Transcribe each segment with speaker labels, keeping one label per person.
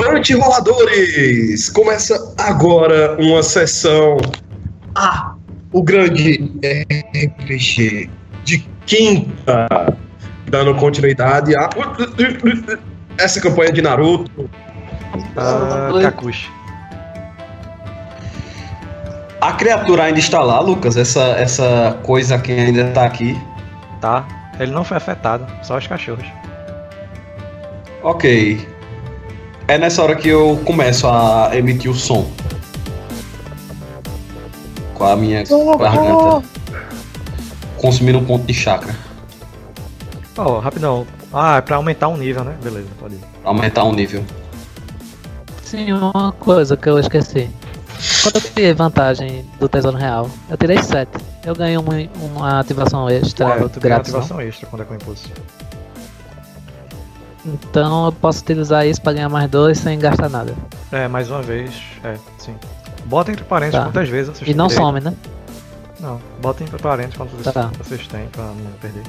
Speaker 1: noite, roladores! Começa agora uma sessão A, o grande RPG de quinta, dando continuidade a essa campanha de Naruto.
Speaker 2: Ah, Kakushi.
Speaker 3: A criatura ainda está lá, Lucas? Essa, essa coisa que ainda está aqui?
Speaker 2: Tá. Ele não foi afetado, só os cachorros.
Speaker 3: Ok. É nessa hora que eu começo a emitir o som. Com a minha garganta. Consumindo um ponto de chakra.
Speaker 2: Ó, rapidão. Ah, é pra aumentar um nível, né? Beleza, pode ir.
Speaker 3: Pra aumentar o nível.
Speaker 4: Sim, uma coisa que eu esqueci. Quando eu tirei vantagem do Tesouro Real, eu tirei 7. Eu ganhei uma, uma ativação extra
Speaker 2: é, tu ganha
Speaker 4: grátis. não?
Speaker 2: ativação extra quando é com impulso.
Speaker 4: Então eu posso utilizar isso pra ganhar mais dois sem gastar nada.
Speaker 2: É, mais uma vez. É, sim. Bota entre parênteses
Speaker 4: Tá.
Speaker 2: quantas vezes vocês
Speaker 4: E não
Speaker 2: têm.
Speaker 4: some, né?
Speaker 2: Não, bota entre parênteses quantas vezes
Speaker 4: Tá.
Speaker 2: vocês têm pra não perder.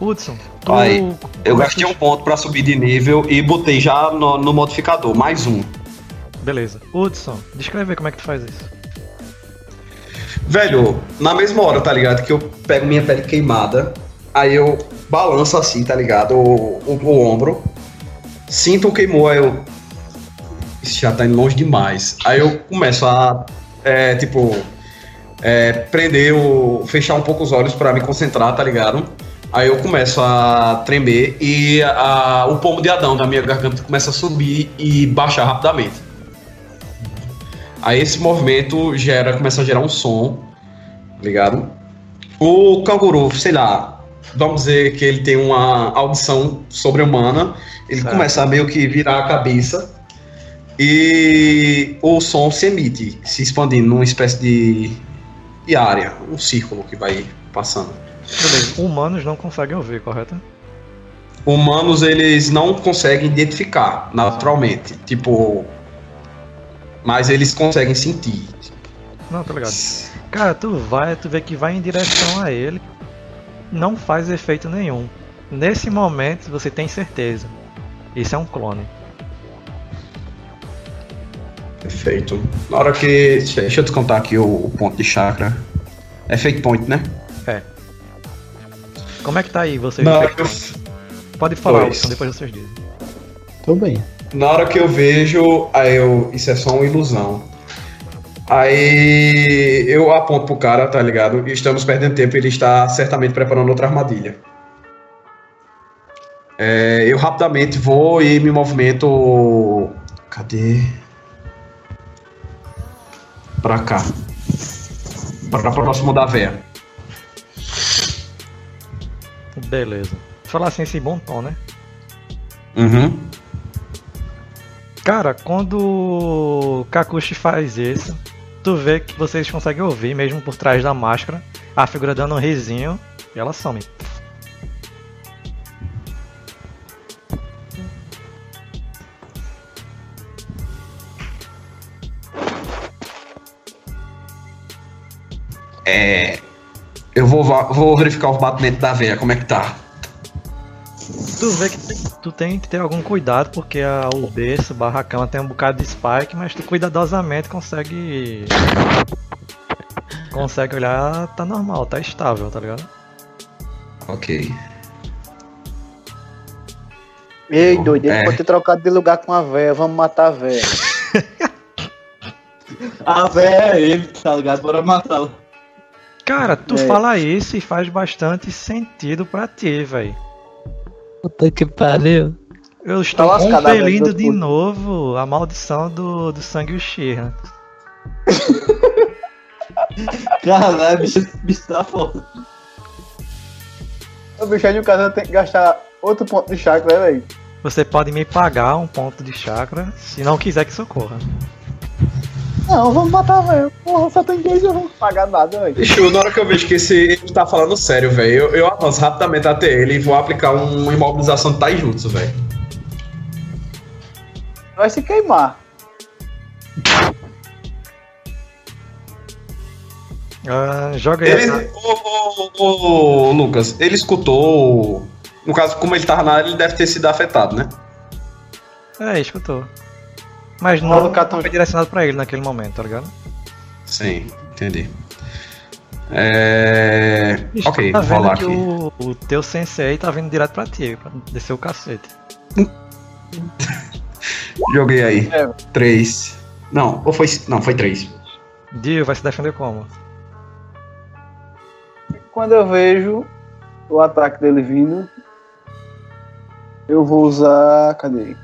Speaker 2: Hudson, tu...
Speaker 3: Aí, Eu gastei um ponto pra subir de nível e botei já no, no modificador, mais um.
Speaker 2: Beleza. Hudson, descreve aí como é que tu faz isso.
Speaker 3: Velho, na mesma hora, tá ligado? Que eu pego minha pele queimada, aí eu balanço assim, tá ligado? O, o- o ombro. Sinto um queimou, aí eu. Isso já tá indo longe demais. Aí eu começo a. É, tipo. é, prender o. fechar um pouco os olhos pra me concentrar, tá ligado? Aí eu começo a tremer e a- o pomo de Adão da minha garganta começa a subir e baixar rapidamente. Aí esse movimento gera, começa a gerar um som, tá ligado? O canguru, sei lá, vamos dizer que ele tem uma audição sobre-humana, ele
Speaker 2: Certo.
Speaker 3: começa a meio que virar a cabeça e o som se emite, se expandindo numa espécie de, de área, um círculo que vai passando.
Speaker 2: Beleza. Humanos não conseguem ouvir, correto?
Speaker 3: Humanos, eles não conseguem identificar naturalmente, tipo... Mas eles conseguem sentir.
Speaker 2: Não, tá ligado. Cara, tu vai, tu vê que vai em direção a ele, não faz efeito nenhum. Nesse momento você tem certeza. Isso é um clone.
Speaker 3: Perfeito. Na hora que. Deixa eu descontar aqui o, o ponto de chakra. É fake point, né?
Speaker 2: Como é que tá aí vocês?
Speaker 3: Na hora, que eu,
Speaker 2: Pode falar,
Speaker 3: Pois.
Speaker 2: Wilson, depois vocês dizem.
Speaker 5: Tô bem.
Speaker 3: na hora que eu vejo, aí eu. Isso é só uma ilusão. Aí eu aponto pro cara, tá ligado? E estamos perdendo tempo, ele está certamente preparando outra armadilha. É, eu rapidamente vou e me movimento. Cadê? Pra cá. Pra próximo da véia.
Speaker 2: Beleza. Falar assim esse bom tom, né?
Speaker 3: Uhum.
Speaker 2: Cara, quando o Kakushi faz isso, tu vê que vocês conseguem ouvir, mesmo por trás da máscara, a figura dando um risinho e ela some.
Speaker 3: Eu vou, va- vou verificar o batimento da veia, como é que tá.
Speaker 2: Tu vê que tu tem que ter algum cuidado, porque a, o berço barra cama tem um bocado de spike, mas tu cuidadosamente consegue. Consegue olhar, tá normal, tá estável, tá ligado?
Speaker 3: Ok.
Speaker 5: Ei, doido, ele
Speaker 3: É.
Speaker 5: pode ter trocado de lugar com a véia. Vamos matar a véia. a véia é ele, tá ligado? Bora matá-lo.
Speaker 2: Cara, tu
Speaker 5: É.
Speaker 2: fala isso e faz bastante sentido pra ti, véi.
Speaker 4: Puta que pariu.
Speaker 2: Eu estou
Speaker 5: Tá lascado,
Speaker 2: compelindo
Speaker 5: velho,
Speaker 2: de
Speaker 5: eu tô-
Speaker 2: novo a maldição do, do sangue Uchiha.
Speaker 6: Caralho, bicho, esse bicho tá foda.
Speaker 5: O bicho aí de casa tem que gastar outro ponto de chakra, né, velho?
Speaker 2: Você pode me pagar um ponto de chakra se não quiser que socorra.
Speaker 5: Não, vamos matar a véia. Porra, só tem dois eu não vou pagar nada, velho.
Speaker 3: Bicho, na hora que eu vejo que esse ele tá falando sério, velho, eu, eu avanço rapidamente até ele e vou aplicar um- uma imobilização de Taijutsu, velho.
Speaker 5: Vai se queimar.
Speaker 2: Ah, joga aí.
Speaker 3: Ele.
Speaker 2: essa-
Speaker 3: Ô, ô, ô, ô, Lucas, ele escutou. No caso, como ele tava na área, ele deve ter sido afetado, né?
Speaker 2: É, escutou. Mas
Speaker 5: Rola
Speaker 2: não
Speaker 5: o cartão.
Speaker 2: foi direcionado pra ele naquele momento, tá ligado?
Speaker 1: Sim, entendi. É.
Speaker 2: Bicho,
Speaker 1: Ok,
Speaker 2: tá
Speaker 1: vou
Speaker 2: vendo
Speaker 1: rolar
Speaker 2: que
Speaker 1: aqui.
Speaker 2: o, o teu sensei tá vindo direto pra ti, pra descer o cacete.
Speaker 1: Joguei aí.
Speaker 5: É.
Speaker 1: Três. Não, ou foi. Não, foi três.
Speaker 2: Dio vai se defender como?
Speaker 5: Quando eu vejo o ataque dele vindo, eu vou usar. Cadê?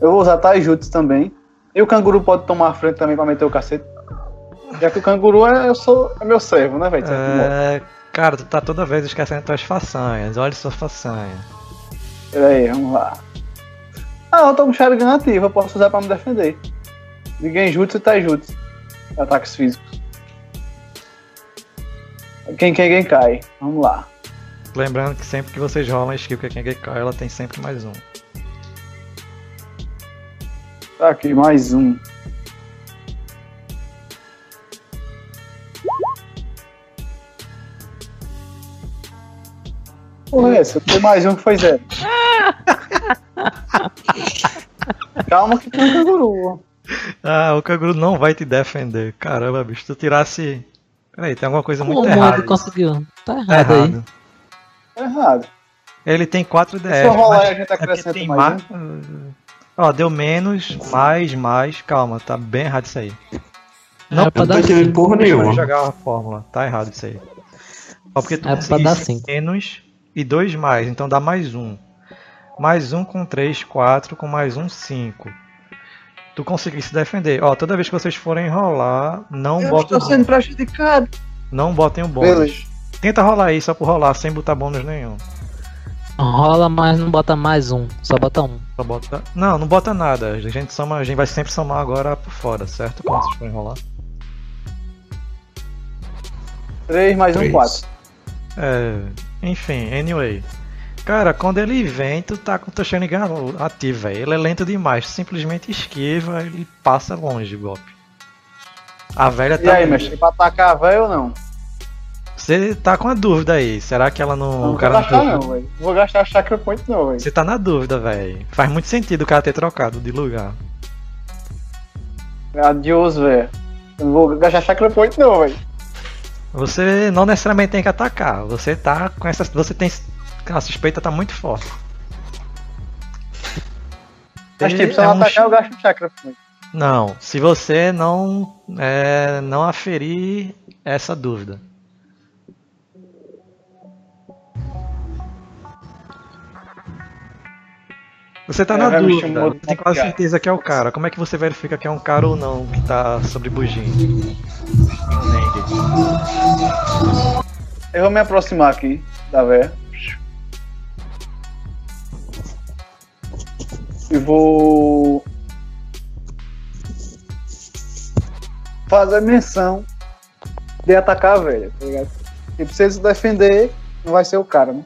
Speaker 5: Eu vou usar Taijutsu também. E o canguru pode tomar a frente também pra meter o cacete. Já que o canguru é, eu sou, é meu servo, né, velho?
Speaker 2: É, cara, tu tá toda vez esquecendo tuas façanhas. Olha suas façanhas.
Speaker 5: Peraí, vamos lá. Ah, eu tô com Sharingan ativo, eu posso usar pra me defender. De Genjutsu e Taijutsu. Ataques físicos. Quem quem quem cai. Vamos lá.
Speaker 2: Lembrando que sempre que vocês rolam a skill que a Kenga cai, ela tem sempre mais um.
Speaker 5: Tá aqui, mais um. Porra, é essa? Foi mais um que foi zero. Calma que tem um canguru.
Speaker 2: Ah, o canguru não vai te defender. Caramba, bicho, tu tirasse. Peraí, tem alguma coisa Tá muito
Speaker 4: Como o
Speaker 2: errada.
Speaker 4: mundo conseguiu? Tá errado,
Speaker 2: Tá
Speaker 4: aí.
Speaker 2: errado.
Speaker 5: Tá errado.
Speaker 2: Ele tem 4 DF.
Speaker 5: Se eu rolar
Speaker 2: mas
Speaker 5: e a gente
Speaker 2: é porque
Speaker 5: acrescenta
Speaker 2: tem
Speaker 5: mais um.
Speaker 2: mais. Ó, deu menos, mais, mais. Calma, tá bem errado isso aí. Não,
Speaker 4: Era pra
Speaker 1: Eu não tô
Speaker 4: dar
Speaker 1: entendendo
Speaker 2: um
Speaker 4: cinco.
Speaker 1: porra
Speaker 2: Vou
Speaker 1: nenhuma.
Speaker 2: jogar uma fórmula. Tá errado isso aí. Ó, porque tu
Speaker 4: É pra
Speaker 2: conseguisse
Speaker 4: dar cinco.
Speaker 2: menos e dois mais, então dá mais um. Mais um com três, quatro, com mais um, cinco. Tu conseguir se defender. Ó, toda vez que vocês forem rolar, não botem, o bônus.
Speaker 5: prejudicado.
Speaker 2: não botem o bônus.
Speaker 5: Beleza.
Speaker 2: Tenta rolar aí só por rolar, sem botar bônus nenhum.
Speaker 4: Rola, mas não bota mais um. Só bota um.
Speaker 2: Só bota... Não, não bota nada. A gente soma, a gente vai sempre somar agora por fora, certo? Quando vocês forem rolar.
Speaker 5: 3 mais um
Speaker 1: Três.
Speaker 5: 4.
Speaker 2: É, enfim, anyway. Cara, quando ele vem, tu tá com o teu Sharingan ativo, velho. Ele é lento demais, tu simplesmente esquiva ele passa longe o golpe. A velha
Speaker 5: E
Speaker 2: tá.
Speaker 5: aí, mestre, pra atacar a véia ou não?
Speaker 2: Você tá com a dúvida aí. Será que ela não.
Speaker 5: não
Speaker 2: o
Speaker 5: vou
Speaker 2: cara não-
Speaker 5: gastar, não, velho. Não vou gastar chakra point, não, velho.
Speaker 2: Você tá na dúvida, velho. Faz muito sentido o cara ter trocado de lugar.
Speaker 5: Adios, É velho. Eu Não vou gastar chakra point, não, velho.
Speaker 2: Você não necessariamente tem que atacar. Você tá com essa. Você tem. A suspeita tá muito forte.
Speaker 5: Mas,
Speaker 2: Ele
Speaker 5: tipo, se eu
Speaker 2: é
Speaker 5: não
Speaker 2: um
Speaker 5: atacar, eu gasto chakra point.
Speaker 2: Não, se você não é, não aferir essa dúvida. Você tá
Speaker 5: É,
Speaker 2: na
Speaker 5: vai me
Speaker 2: dúvida,
Speaker 5: chamou de
Speaker 2: você tem quase
Speaker 5: cara.
Speaker 2: certeza que é o cara. Como é que você verifica que é um cara ou não que tá sobre bugim?
Speaker 5: Eu vou me aproximar aqui da véia. E vou. Fazer menção de atacar a velha, tá ligado? Tipo, se ele se defender, não vai ser o cara, né?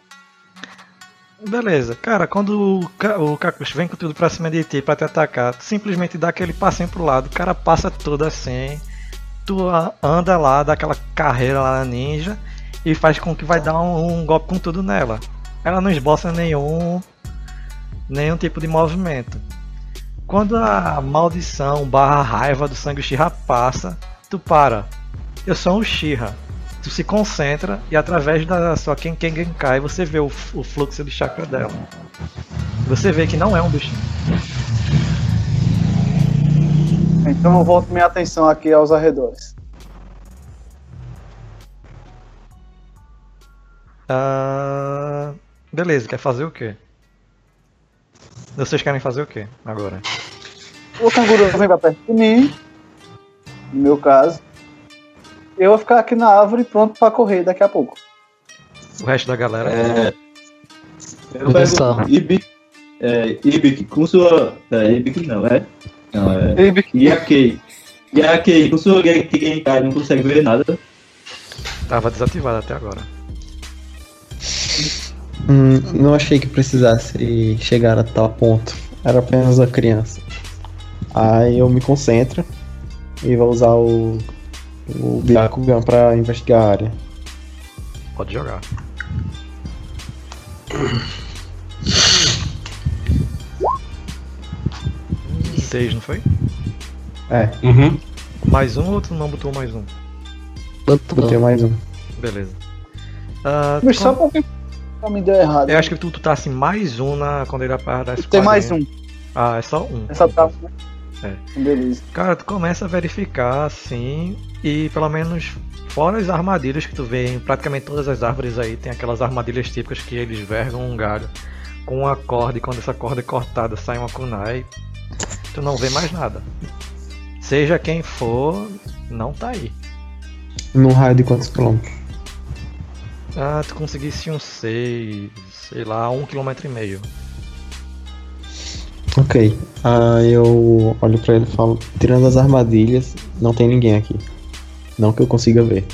Speaker 2: Beleza, cara, quando o, Ca- o Kakushi vem com tudo pra cima de ti pra te atacar, tu simplesmente dá aquele passinho pro lado, o cara passa toda assim, tu a- anda lá, dá aquela carreira lá na ninja e faz com que vai dar um, um golpe com tudo nela. Ela não esboça nenhum nenhum tipo de movimento. Quando a maldição barra raiva do sangue Shira passa, tu para. Eu sou um Shira. Tu se concentra e através da sua Kenkengenkai você vê o, f- o fluxo de chakra dela. Você vê que não é um bichinho.
Speaker 5: Então eu volto minha atenção aqui aos arredores.
Speaker 2: Ah, beleza, quer fazer o quê? Vocês querem fazer o quê agora?
Speaker 5: O canguru vem pra perto de mim, no meu caso. Eu vou ficar aqui na árvore pronto pra correr daqui a pouco.
Speaker 2: O resto da galera?
Speaker 7: É. Eu
Speaker 4: Olha só.
Speaker 7: pego Ibik. É, Ibik com sua. É, Ibik não, é? Não, é.
Speaker 5: Ele
Speaker 7: E a Kay. E a Kay com sua Genkai não consegue ver nada.
Speaker 2: Tava desativado até agora.
Speaker 8: Hum, não achei que precisasse chegar a tal ponto. Era apenas a criança. Aí eu me concentro e vou usar o, o Byakugan pra investigar a área.
Speaker 2: Pode jogar. 6, não foi?
Speaker 9: Uhum.
Speaker 2: Mais um ou tu não botou mais um?
Speaker 4: Quanto
Speaker 8: Botei mais um.
Speaker 2: Beleza. Ah,
Speaker 5: Mas só
Speaker 2: quando-
Speaker 5: porque só me deu errado.
Speaker 2: Eu acho que tu, tu tá assim, mais um na, quando ele aparece.
Speaker 5: Tem
Speaker 2: quadrinho.
Speaker 5: mais um.
Speaker 2: Ah, é só um.
Speaker 5: Essa tá. Beleza.
Speaker 2: Cara, tu começa a verificar assim, e pelo menos fora as armadilhas que tu vê em praticamente todas as árvores aí, tem aquelas armadilhas típicas que eles vergam um galho com uma corda, e quando essa corda é cortada sai uma kunai, tu não vê mais nada. Seja quem for, não tá aí.
Speaker 8: Num raio de quantos quilômetros?
Speaker 2: Ah, tu conseguisse um 6, sei lá, um quilômetro e meio.
Speaker 8: Ok. Aí eu olho pra ele e falo: tirando as armadilhas, não tem ninguém aqui. Não que eu consiga ver.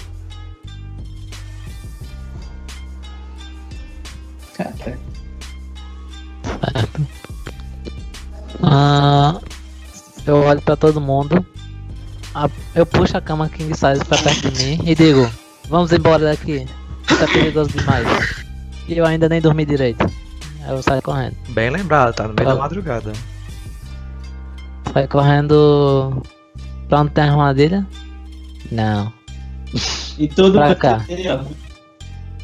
Speaker 4: Ah, eu olho pra todo mundo. A- eu puxo a cama King Size pra perto de mim e digo: Vamos embora daqui. Tá perigoso demais. E eu ainda nem dormi direito. Aí eu saio correndo.
Speaker 2: Bem lembrado, tá no meio
Speaker 4: Tá.
Speaker 5: Ah.
Speaker 2: da madrugada.
Speaker 4: Saio correndo. Pra onde tem a armadilha? Não.
Speaker 7: E todo
Speaker 4: Pra
Speaker 7: canto
Speaker 4: cá.
Speaker 7: tem árvore.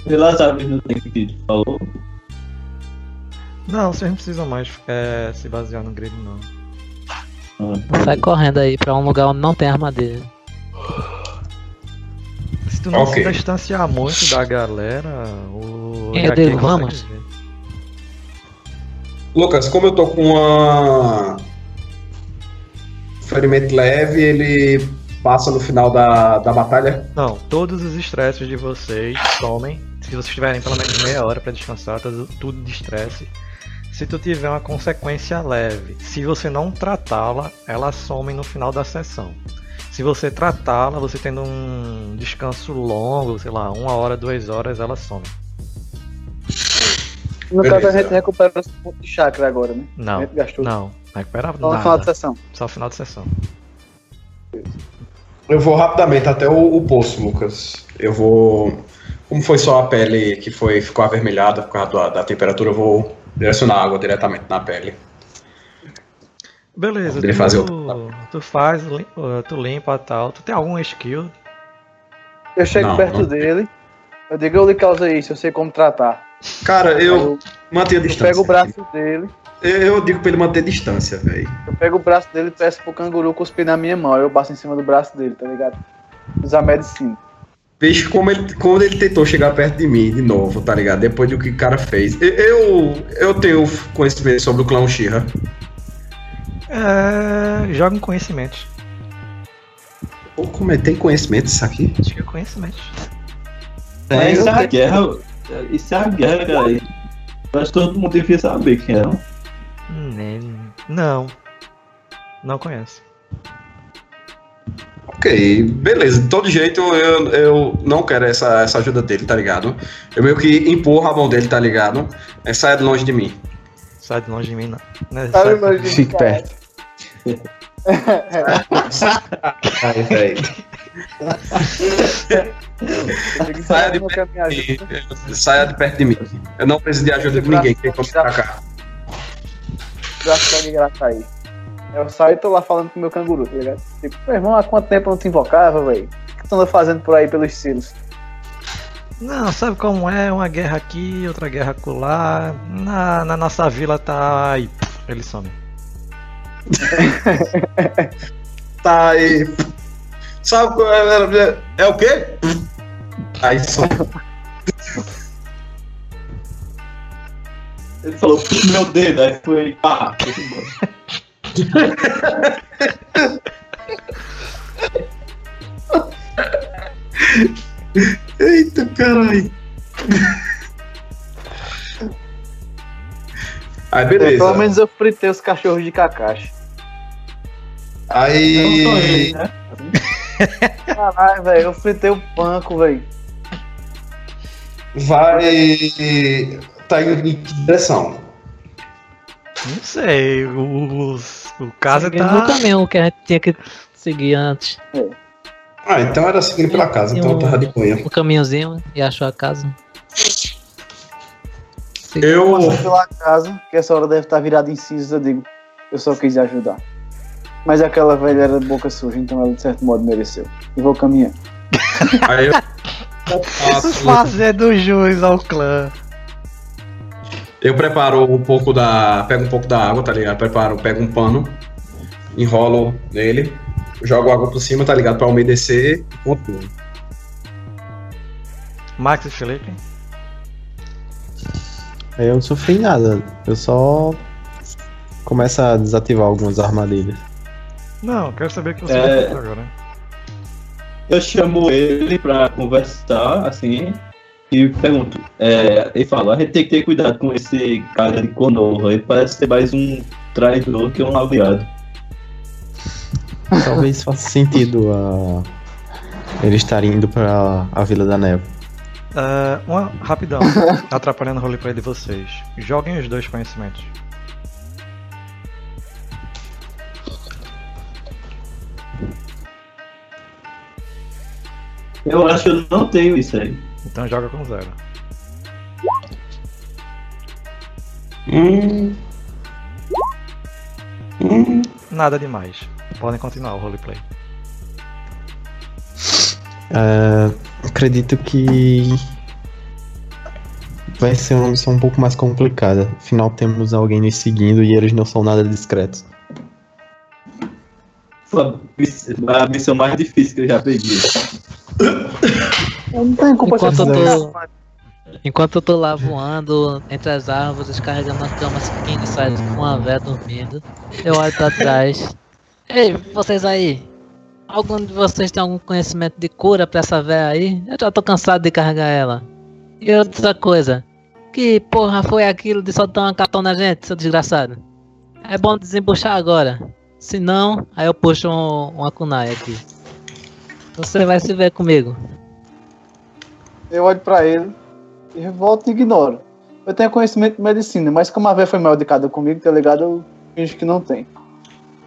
Speaker 7: Pelas árvores não tem que tu falou.
Speaker 2: Não, vocês não precisam mais é, se basear no grego, não.
Speaker 4: Sai correndo aí pra um lugar onde não tem armadilha.
Speaker 2: Se tu não
Speaker 9: Ok.
Speaker 2: se distanciar muito da galera, o.
Speaker 4: Eu
Speaker 2: Jaquei
Speaker 4: digo,
Speaker 2: consegue
Speaker 4: vamos.
Speaker 2: ver.
Speaker 1: Lucas, como eu tô com uma. Ferimento leve, ele passa no final da, da batalha.
Speaker 2: Não, todos os estresses de vocês somem. Se vocês tiverem pelo menos meia hora pra descansar, tá tudo de estresse. Se tu tiver uma consequência leve, se você não tratá-la, ela some no final da sessão. Se você tratá-la, você tendo um descanso longo, sei lá, uma hora, duas horas, ela some.
Speaker 5: No caso, a
Speaker 1: Beleza.
Speaker 5: gente recupera os pontos de chakra agora, né? a
Speaker 2: Não,
Speaker 5: gente gastou.
Speaker 2: não, não recuperava
Speaker 5: Só no final da
Speaker 2: nada.
Speaker 5: sessão.
Speaker 2: Só final de sessão.
Speaker 1: Eu vou rapidamente até o, o poço, Lucas. Eu vou. Como foi só a pele que foi, ficou avermelhada por causa da, da temperatura, eu vou direcionar a água diretamente na pele.
Speaker 2: Beleza,
Speaker 1: Poderia
Speaker 2: tu,
Speaker 1: fazer
Speaker 2: tu faz, lim- uh, tu limpa tal. Tu tem alguma skill?
Speaker 5: Eu chego
Speaker 1: Não,
Speaker 5: perto
Speaker 1: não.
Speaker 5: dele. Eu digo, eu lhe causei isso, eu sei como tratar.
Speaker 1: Cara,
Speaker 5: Aí
Speaker 1: eu mantenho a
Speaker 5: eu
Speaker 1: distância.
Speaker 5: pego o braço dele,
Speaker 1: Eu, eu digo pra ele manter distância, velho.
Speaker 5: eu pego o braço dele e peço pro canguru cuspir na minha mão. Eu passo em cima do braço dele, tá ligado? Usar medicina.
Speaker 1: Veja como ele, quando ele tentou chegar perto de mim de novo, tá ligado? Depois do que o cara fez. Eu, eu, eu tenho conhecimento sobre o clã Shira.
Speaker 2: É, joga em conhecimentos.
Speaker 1: Pô, como é? Tem conhecimento disso aqui?
Speaker 2: Joga em conhecimentos.
Speaker 7: Mas
Speaker 8: eu
Speaker 7: isso é a
Speaker 8: tenho-
Speaker 7: guerra. Isso é a guerra, cara. Eu Acho que todo mundo devia saber quem é, era.
Speaker 2: Hum, é- Não. Não conheço.
Speaker 1: Ok, beleza. De todo jeito, eu, eu não quero essa, essa ajuda dele, tá ligado? Eu meio que empurro a mão dele, tá ligado? É, saia de longe de mim.
Speaker 2: Sai de longe de mim, não. Né, sai-
Speaker 5: Sabe, imagina,
Speaker 8: Fique
Speaker 5: Tá cara,
Speaker 8: perto.
Speaker 1: Ai, velho.
Speaker 5: eu digo,
Speaker 1: Saia de
Speaker 5: não quer me ajudar.
Speaker 1: Saia de perto de mim. Eu não preciso de ajuda de ninguém. Tem como pra cá.
Speaker 5: braço da desgraça aí. Eu saio e tô lá falando com o meu canguru, tá ligado? Tipo, meu irmão, há quanto tempo eu não te invocava, velho? O que tu anda fazendo por aí pelos silos?
Speaker 2: Não, sabe como é? Uma guerra aqui, outra guerra acolá. Na, na nossa vila tá. Aí, ele some.
Speaker 1: Tá aí. Sabe qual é, é, é o quê? Aí só.
Speaker 7: Ele falou, "Puxa meu dedo, aí foi. Pá, foi embora.
Speaker 1: Eita, caralho. Aí beleza.
Speaker 5: Pelo menos eu fritei os cachorros de Kakashi.
Speaker 7: Eu não sou ele,
Speaker 1: Aí.
Speaker 7: né?
Speaker 5: Caralho, velho, eu fritei o panco, velho.
Speaker 1: Vai. Tá indo em que direção?
Speaker 2: Não sei, o, o- o caso
Speaker 4: Seguindo o
Speaker 2: tá.
Speaker 4: um caminho que a gente tinha que seguir antes.
Speaker 1: Ah, então era seguindo pela casa, então eu tava de cunha.
Speaker 4: O Um caminhozinho e achou a casa.
Speaker 1: Eu.
Speaker 5: Passando pela casa, que essa hora deve estar virada em cinzas, eu digo, eu só quis ajudar. Mas aquela velha era boca suja, então ela de certo modo mereceu. E vou caminhar.
Speaker 1: Aí eu. faço-
Speaker 2: Fazendo jus ao clã.
Speaker 1: Eu preparo um pouco da. Pego um pouco da água, tá ligado? Preparo, pego um pano, enrolo nele, jogo água por cima, tá ligado? Pra umedecer e continuo.
Speaker 2: Max e Felipe.
Speaker 8: Eu não sofri nada. Eu só começo a desativar algumas armadilhas.
Speaker 2: Não, quero saber o que você
Speaker 7: É.
Speaker 2: vai fazer agora.
Speaker 7: Eu chamo ele pra conversar, assim, e pergunto. É, ele fala, a gente tem que ter cuidado com esse cara de Konoha. Ele parece ser mais um traidor que um aliado.
Speaker 8: Talvez faça sentido a... ele estar indo pra a Vila da Neve.
Speaker 2: Ah, uma, rapidão, atrapalhando o roleplay de vocês. Joguem os dois conhecimentos.
Speaker 7: Eu acho que eu não tenho isso aí.
Speaker 2: Então joga com zero. Nada demais. Podem continuar o roleplay.
Speaker 8: É, acredito que vai ser uma missão um pouco mais complicada. Afinal, temos alguém nos seguindo e eles não são nada discretos.
Speaker 7: Foi A missão mais difícil que eu já peguei.
Speaker 5: Eu não tenho culpa
Speaker 4: Enquanto
Speaker 5: dessa
Speaker 4: eu tô-
Speaker 5: porra.
Speaker 4: Enquanto eu tô lá voando entre as árvores, carregando a cama king size com uma véia dormindo, eu olho pra trás. Ei, vocês aí! Algum de vocês tem algum conhecimento de cura pra essa véia aí? Eu já tô cansado de carregar ela. E outra coisa, que porra foi aquilo de soltar uma catão na gente, seu desgraçado? É bom desembuchar agora. Se não, aí eu puxo um, uma kunai aqui. Você vai se ver comigo.
Speaker 5: Eu olho pra ele e volto e ignoro. Eu tenho conhecimento de medicina, mas como a véia foi mal educada comigo, tá ligado? Eu finge que não tem.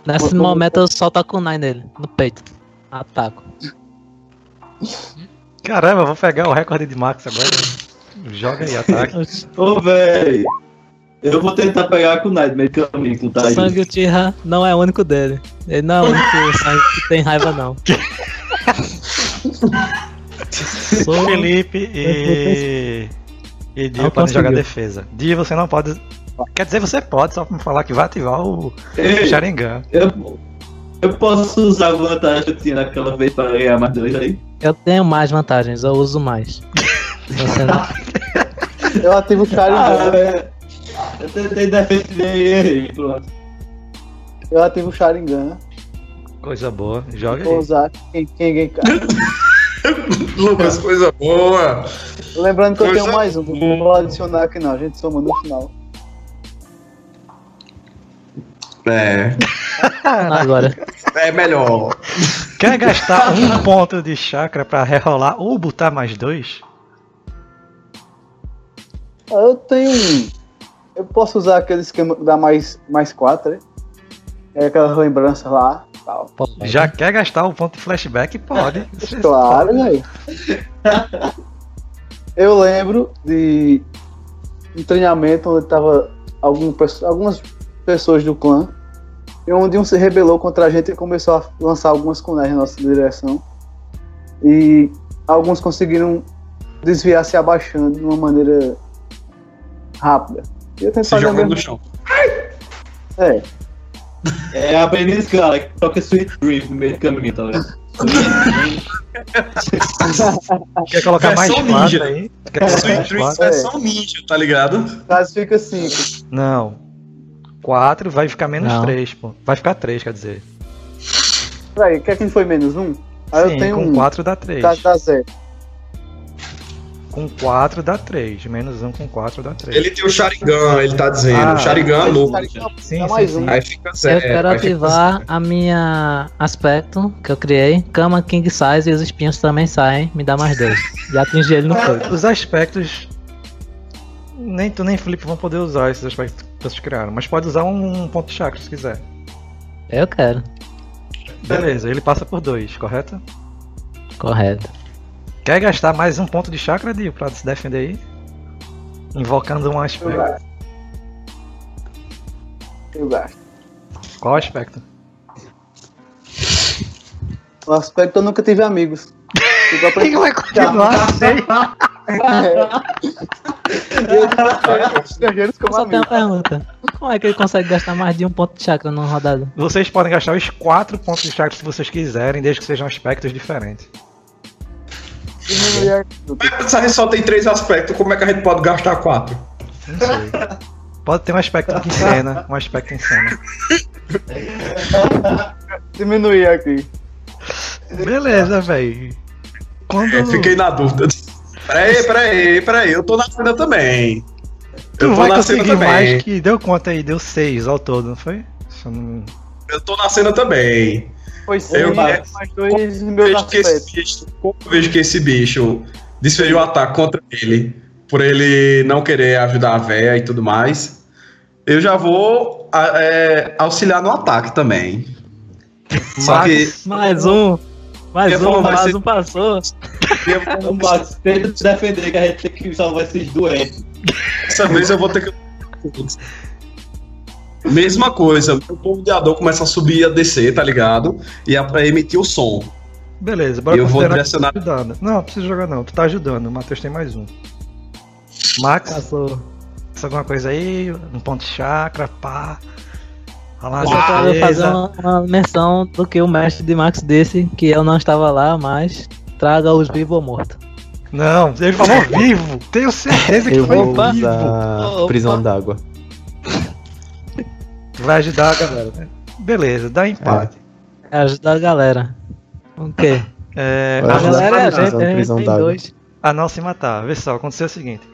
Speaker 4: Nesse
Speaker 5: Botou-
Speaker 4: momento eu solto a kunai nele, no peito. Ataco.
Speaker 2: Caramba, vou pegar o recorde de Max agora. Joga aí, ataque.
Speaker 7: Ô, véi! Eu vou tentar pegar com o Night meio caminho com o
Speaker 4: O
Speaker 7: Taiji.
Speaker 4: sangue Uchiha não é o único dele. Ele não é o único sangue que tem raiva, não. Sou-
Speaker 2: Felipe e. E Dio
Speaker 8: Ah,
Speaker 2: podem jogar
Speaker 8: conseguiu.
Speaker 2: defesa. Dio, você não pode. Quer dizer, você pode, só pra me falar que vai ativar o
Speaker 7: Ei,
Speaker 2: Sharingan.
Speaker 7: eu, eu posso usar a vantagem que eu tinha naquela vez pra ganhar mais dois aí?
Speaker 4: Eu tenho mais vantagens, eu uso mais. Você não.
Speaker 5: Eu ativo o
Speaker 7: Ah,
Speaker 5: Sharingan.
Speaker 7: é. Eu tentei defender e errei, pronto.
Speaker 5: Eu ativo o Sharingan. né?
Speaker 2: Coisa boa, joga
Speaker 5: Vou
Speaker 2: aí.
Speaker 5: usar quem, quem, quem cara.
Speaker 1: Lucas, coisa boa!
Speaker 5: Lembrando que eu
Speaker 1: Coisa
Speaker 5: tenho mais um, não vou adicionar aqui não, a gente soma no final.
Speaker 1: É.
Speaker 4: Agora.
Speaker 1: É melhor.
Speaker 2: Quer gastar um ponto de chakra pra rerolar ou botar mais dois?
Speaker 5: Ah, Eu tenho um. Eu posso usar aquele esquema que dá mais, mais quatro, né? É aquela lembrança lá, tal.
Speaker 4: Pô,
Speaker 2: Já quer gastar o ponto de flashback? Pode.
Speaker 5: É. Claro, velho. Eu lembro de um treinamento onde tava algum pesso- algumas pessoas do clã, e onde um se rebelou contra a gente e começou a lançar algumas kunais na nossa direção. E alguns conseguiram desviar se abaixando de uma maneira rápida. E eu tento
Speaker 1: Se
Speaker 5: fazer a
Speaker 1: jogando
Speaker 5: mesma...
Speaker 1: no chão.
Speaker 5: É,
Speaker 7: É apenas, cara, que toca Sweet Dream no meio do caminho, tá ligado?
Speaker 2: Quer colocar mais
Speaker 1: Versão
Speaker 2: quatro
Speaker 1: ninja.
Speaker 2: aí? Quer colocar mais quatro?
Speaker 1: é só um ninja, tá ligado?
Speaker 5: classifica cinco.
Speaker 2: Não. 4 vai ficar menos
Speaker 4: Não.
Speaker 2: 3, pô. Vai ficar 3, quer dizer.
Speaker 5: Peraí, quer que foi menos um? Aí eu
Speaker 2: Sim,
Speaker 5: tenho
Speaker 2: com
Speaker 5: um.
Speaker 2: 4 dá 3.
Speaker 5: Dá, dá zero.
Speaker 2: Com 4 dá 3. Menos 1 com 4 dá 3.
Speaker 1: Ele tem o Sharingan, ele tá dizendo.
Speaker 2: Ah,
Speaker 1: Sharingan é novo.
Speaker 2: Sim,
Speaker 5: dá
Speaker 2: sim,
Speaker 5: mais
Speaker 2: sim.
Speaker 5: um.
Speaker 1: Aí fica
Speaker 4: Eu
Speaker 1: zero.
Speaker 4: quero
Speaker 1: aí fica
Speaker 4: ativar
Speaker 1: zero.
Speaker 4: a minha aspecto que eu criei. Cama King Size e os espinhos também saem. Me dá mais dois. E atingi ele no peito.
Speaker 2: É, Os aspectos. Nem tu nem Felipe vão poder usar esses aspectos que vocês criaram. Mas pode usar um ponto de chakra se quiser.
Speaker 4: Eu quero.
Speaker 2: Beleza, ele passa por 2, correto?
Speaker 4: Correto.
Speaker 2: Quer gastar mais um ponto de chakra, Dio, pra se defender aí? Invocando um
Speaker 5: Eu
Speaker 2: aspecto.
Speaker 5: gasto. Eu gasto.
Speaker 2: Qual aspecto?
Speaker 5: O aspecto eu nunca tive amigos. Tipo, eu
Speaker 2: Quem
Speaker 5: aprendi-
Speaker 2: vai continuar sem?
Speaker 5: estrangeiros
Speaker 4: Eu
Speaker 5: como
Speaker 4: só tenho
Speaker 5: amigos.
Speaker 4: uma pergunta. Como é que ele consegue gastar mais de um ponto de chakra numa rodada?
Speaker 2: Vocês podem gastar os quatro pontos de chakra se vocês quiserem, desde que sejam aspectos diferentes.
Speaker 1: Se a gente só tem três aspectos, como é que a gente pode gastar quatro?
Speaker 2: Não sei. Pode ter um aspecto em cena, um aspecto em cena.
Speaker 5: Diminuir aqui.
Speaker 2: Beleza, velho. Quando
Speaker 1: Eu fiquei na dúvida. Peraí, peraí, peraí, eu tô na cena também.
Speaker 2: tu
Speaker 1: eu tô
Speaker 2: vai
Speaker 1: na cena
Speaker 2: conseguir
Speaker 1: também.
Speaker 2: mais que deu conta aí, deu seis ao todo, não foi? Se eu não-
Speaker 1: Eu tô na cena também.
Speaker 5: Foi
Speaker 1: Eu-
Speaker 5: sim, mais dois meus
Speaker 1: Vejo que esse
Speaker 5: aspectos.
Speaker 1: bicho, como eu vejo que esse bicho desferiu o ataque contra ele, por ele não querer ajudar a véia e tudo mais, eu já vou a- é, auxiliar no ataque também. Só que
Speaker 2: Max,
Speaker 4: Mais um! Mais
Speaker 1: Eu
Speaker 4: um,
Speaker 1: vou- vai
Speaker 4: mais
Speaker 1: ser-
Speaker 4: um passou!
Speaker 7: O Max, tenta te defender que a gente tem que salvar esses doentes.
Speaker 1: dessa vez eu vou ter que. Mesma coisa, o bombeador começa a subir e a descer, tá ligado? E a, a emitir o som.
Speaker 2: Beleza, bora
Speaker 1: Eu vou
Speaker 2: considerar que tu tá
Speaker 1: direcionar-
Speaker 2: ajudando. Não, não precisa jogar não, tu tá ajudando, o Matheus tem mais um. Max,
Speaker 4: Passou.
Speaker 2: faz alguma coisa aí, um ponto de chakra, pá. Olha lá,
Speaker 4: Eu só quero fazer
Speaker 2: defesa.
Speaker 4: uma, uma menção do que o mestre de Max desse, que eu não estava lá, mas traga os vivos ou mortos.
Speaker 2: Não, ele falou vivo. Tenho certeza que
Speaker 8: Eu
Speaker 2: foi
Speaker 8: vou
Speaker 4: Opa.
Speaker 2: vivo.
Speaker 8: usar
Speaker 4: Opa.
Speaker 8: prisão d'água.
Speaker 2: Tu vai ajudar a galera. Beleza, dá empate.
Speaker 4: É ajudar a galera. O quê?
Speaker 2: É,
Speaker 8: Vai
Speaker 2: a,
Speaker 4: A
Speaker 8: ajudar
Speaker 4: galera é a
Speaker 8: prisão,
Speaker 4: gente, a gente
Speaker 8: prisão
Speaker 4: tem
Speaker 8: d'água.
Speaker 4: dois.
Speaker 2: a não se matar. Vê só, aconteceu o seguinte.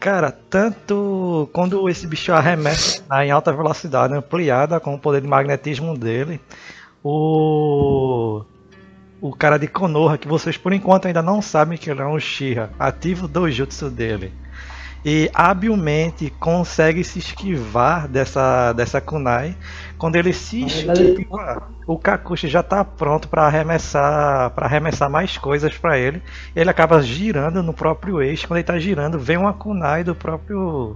Speaker 2: Cara, tanto quando esse bicho arremessa né, em alta velocidade ampliada com o poder de magnetismo dele, o o cara de Konoha, que vocês por enquanto ainda não sabem que ele é um Uchiha, ativa o dojutsu dele. E habilmente consegue se esquivar dessa, dessa kunai. Quando ele se
Speaker 4: verdade, ele-
Speaker 2: esquiva, o Kakushi já tá pronto para arremessar, para arremessar mais coisas para ele. Ele acaba girando no próprio eixo. Quando ele tá girando, vem uma kunai do próprio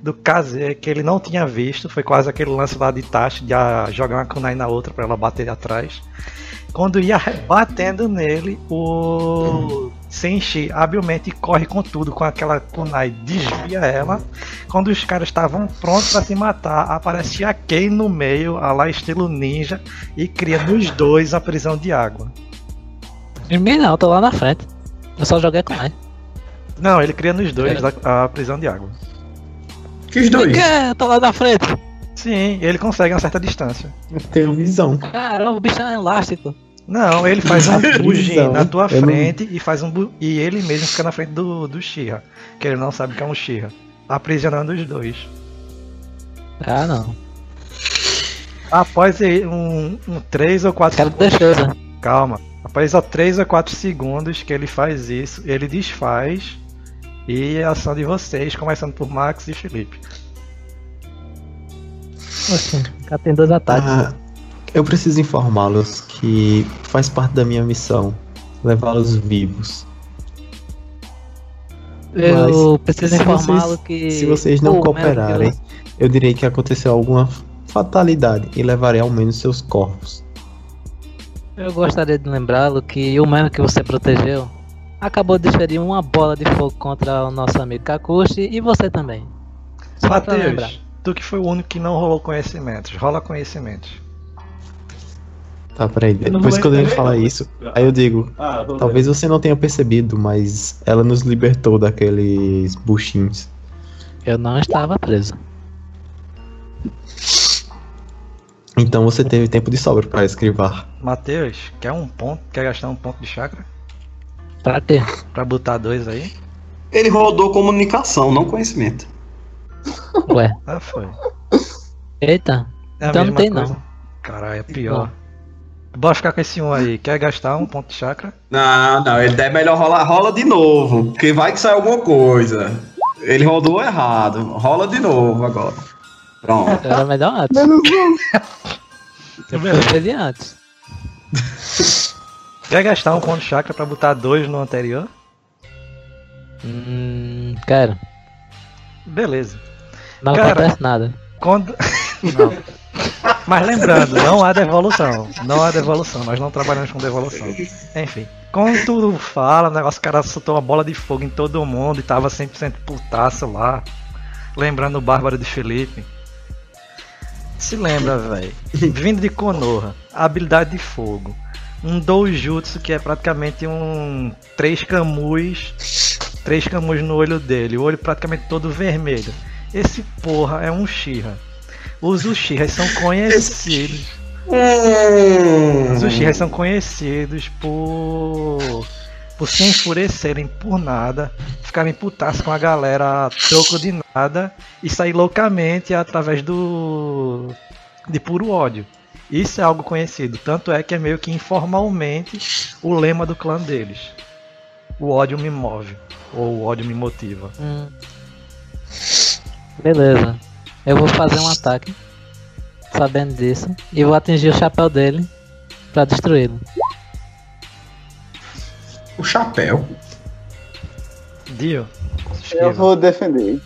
Speaker 2: do Kaze que ele não tinha visto. Foi quase aquele lance lá de Tachi de ah, jogar uma kunai na outra para ela bater atrás. Quando ia batendo nele, o Senshi habilmente corre com tudo, com aquela kunai, desvia ela. Quando os caras estavam prontos para se matar, aparece a Kei no meio, a lá estilo ninja, e cria nos dois a prisão de água.
Speaker 4: Em mim não, eu tô lá na frente. Eu só joguei com ele.
Speaker 2: Não, ele cria nos dois a, a prisão de água.
Speaker 1: Que os
Speaker 4: Por
Speaker 1: dois.
Speaker 4: que eu tô lá na frente?
Speaker 2: Sim, ele consegue uma certa distância.
Speaker 8: Eu tenho visão.
Speaker 4: Caramba, o bicho é elástico.
Speaker 2: Não, ele faz um bugin
Speaker 8: Então,
Speaker 2: na tua
Speaker 8: eu não-
Speaker 2: frente e faz um bu- e ele mesmo fica na frente do, do Shira, que ele não sabe que é um Shira, aprisionando os dois.
Speaker 4: Ah, não.
Speaker 2: Após aí um, um 3 ou 4
Speaker 4: Quero defesa.
Speaker 2: Calma. Após ó, 3 ou 4 segundos que ele faz isso, ele desfaz. E é a ação de vocês, começando por Max e Felipe.
Speaker 4: Oxe, o cara tem dois ataques.
Speaker 8: Ah, eu preciso informá-los que faz parte da minha missão levá-los vivos.
Speaker 4: eu preciso
Speaker 8: se
Speaker 4: informá-lo
Speaker 8: vocês-
Speaker 4: que.
Speaker 8: Se vocês não
Speaker 4: Pô,
Speaker 8: cooperarem,
Speaker 4: meu
Speaker 8: eu direi que aconteceu alguma fatalidade e levarei ao menos seus corpos.
Speaker 4: Deus, Eu gostaria de lembrá-lo que o mano que você protegeu acabou de ferir uma bola de fogo contra o nosso amigo Kakushi e você também. Só pra lembrar.
Speaker 2: Matheus, tu que foi o único que não rolou conhecimentos. Rola conhecimentos.
Speaker 8: Tá, peraí.
Speaker 7: Eu não
Speaker 8: Depois
Speaker 7: vou
Speaker 8: quando ele
Speaker 7: entender.
Speaker 8: falar isso, aí eu digo,
Speaker 7: Ah, vou ver.
Speaker 8: Talvez você não tenha percebido, mas ela nos libertou daqueles buchinhos.
Speaker 4: Eu não estava preso.
Speaker 8: Então você teve tempo de sobra para escrivar.
Speaker 2: Matheus, quer um ponto? Quer gastar um ponto de chakra?
Speaker 4: Pra quê?
Speaker 2: Pra botar dois aí?
Speaker 1: Ele rodou comunicação, não conhecimento.
Speaker 4: Ué.
Speaker 2: Ah, foi.
Speaker 4: Eita.
Speaker 2: É a
Speaker 4: Então não
Speaker 2: mesma
Speaker 4: Tipo, tem,
Speaker 2: coisa. Caralho, é pior. Bora ficar com esse um aí. Quer gastar um ponto de chakra?
Speaker 1: Não, não, ele é melhor rolar, rola de novo, porque vai que sai alguma coisa. Ele rodou errado, rola de novo agora.
Speaker 2: É,
Speaker 1: Pronto.
Speaker 4: Era melhor antes.
Speaker 5: Menos um.
Speaker 4: Eu preferi antes.
Speaker 2: Quer gastar um ponto de chakra pra botar dois no anterior?
Speaker 4: Hum. Quero.
Speaker 2: Beleza.
Speaker 4: Não
Speaker 2: Cara.
Speaker 4: acontece nada.
Speaker 2: Quando. Não. Mas lembrando, não há devolução. Não há devolução, nós não trabalhamos com devolução. Enfim, como tu fala, o negócio, o cara soltou uma bola de fogo em todo mundo e tava 100% putaço lá. Lembrando o Bárbaro de Felipe. Se lembra, velho. Vindo de Konoha, habilidade de fogo. Um doujutsu que é praticamente um. Três camus. Três camus no olho dele. O olho praticamente todo vermelho. Esse porra é um Shira. Os Uchiras são conhecidos. Os Uchiras são conhecidos por. por se enfurecerem por nada, ficarem putas com a galera a troco de nada e sair loucamente através do. de puro ódio. Isso é algo conhecido, tanto é que é meio que informalmente o lema do clã deles. O ódio me move, ou o ódio me motiva.
Speaker 4: Hum. Beleza. Eu vou fazer um ataque, sabendo disso, e vou atingir o chapéu dele pra destruí-lo.
Speaker 1: O chapéu.
Speaker 2: Dio,
Speaker 5: Eu vou defender.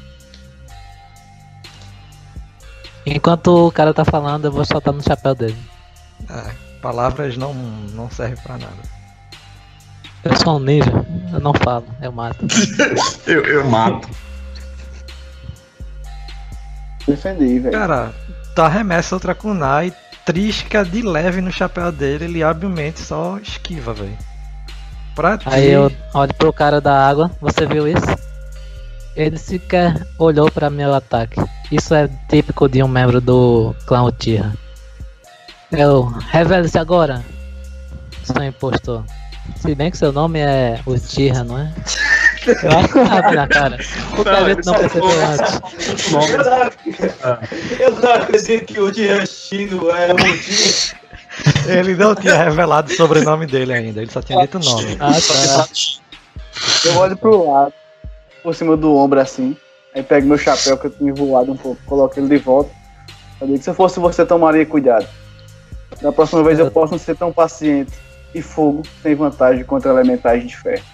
Speaker 4: Enquanto o cara tá falando, eu vou soltar no chapéu dele.
Speaker 2: Ah, palavras não, não servem pra nada.
Speaker 4: Eu sou um ninja, eu não falo, eu mato.
Speaker 1: Eu, eu mato.
Speaker 5: Defendi, velho.
Speaker 2: Cara, tá remessa outra kunai, trisca de leve no chapéu dele, ele habilmente só esquiva, velho. Pra ti,
Speaker 4: Aí eu olho pro cara da água, você viu isso? Ele sequer olhou pra meu ataque. Isso é típico de um membro do clã Uchiha. Eu, revele-se agora, seu impostor. Se bem que seu nome é Uchiha, não é? Eu acho que sabe na cara. O cara não percebeu antes.
Speaker 7: Eu não- Eu não acredito que o Dian Chino é um dia.
Speaker 2: ele não tinha revelado o sobrenome dele ainda, ele só tinha dito o nome.
Speaker 4: Ah, tá.
Speaker 5: Eu olho pro lado, por cima do ombro assim. Aí pego meu chapéu que eu tinha voado um pouco, coloco ele de volta. Eu digo, se eu fosse você, tomaria cuidado. Da próxima vez eu posso não ser tão paciente. E fogo tem vantagem contra elementais de ferro.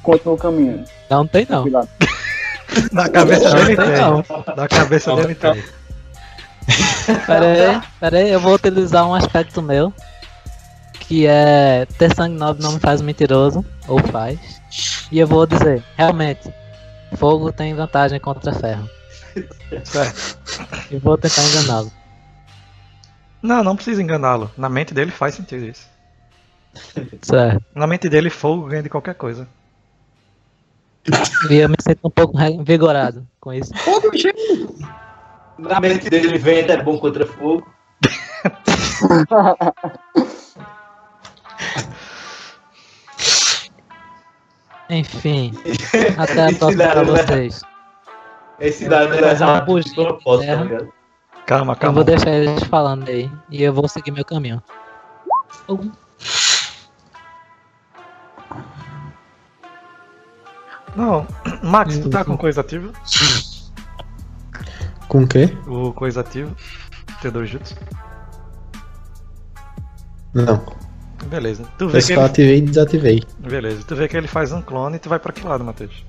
Speaker 5: Continuo caminhando.
Speaker 4: Não tem não.
Speaker 5: Cuidado.
Speaker 2: Na cabeça
Speaker 4: Não
Speaker 2: dele
Speaker 4: tem
Speaker 2: tem.
Speaker 4: não.
Speaker 2: Na cabeça dele tem.
Speaker 4: Pera aí, pera aí, eu vou utilizar um aspecto meu. Que é. Ter sangue nobre não me faz mentiroso, ou faz. E eu vou dizer, realmente, fogo tem vantagem contra ferro.
Speaker 2: Certo.
Speaker 4: E vou tentar enganá-lo.
Speaker 2: Não, não precisa enganá-lo. Na mente dele faz sentido isso.
Speaker 4: Certo.
Speaker 2: Na mente dele, fogo ganha de qualquer coisa.
Speaker 4: E eu me sinto um pouco revigorado com isso.
Speaker 7: Na mente dele, vento é bom contra fogo.
Speaker 4: Enfim. Até a próxima pra
Speaker 7: Cuidado, né?
Speaker 4: vocês.
Speaker 7: Esse dado
Speaker 4: Mas é uma
Speaker 7: errado,
Speaker 4: bugia,
Speaker 7: não posso, tá
Speaker 4: né?
Speaker 7: ligado?
Speaker 2: Calma,
Speaker 4: Eu vou
Speaker 2: calma.
Speaker 4: deixar eles falando aí. E eu vou seguir meu caminho.
Speaker 2: Não, Max, tu
Speaker 4: Uhum.
Speaker 2: tá com coisa ativa?
Speaker 8: Com o quê?
Speaker 2: O coisa ativa. Teu dois jutsu.
Speaker 8: Não.
Speaker 2: Beleza. Tu
Speaker 8: Eu
Speaker 2: vê que
Speaker 8: só
Speaker 2: ele...
Speaker 8: ativei e desativei.
Speaker 2: Beleza. Tu vê que ele faz um clone e tu vai pra que lado, Matheus?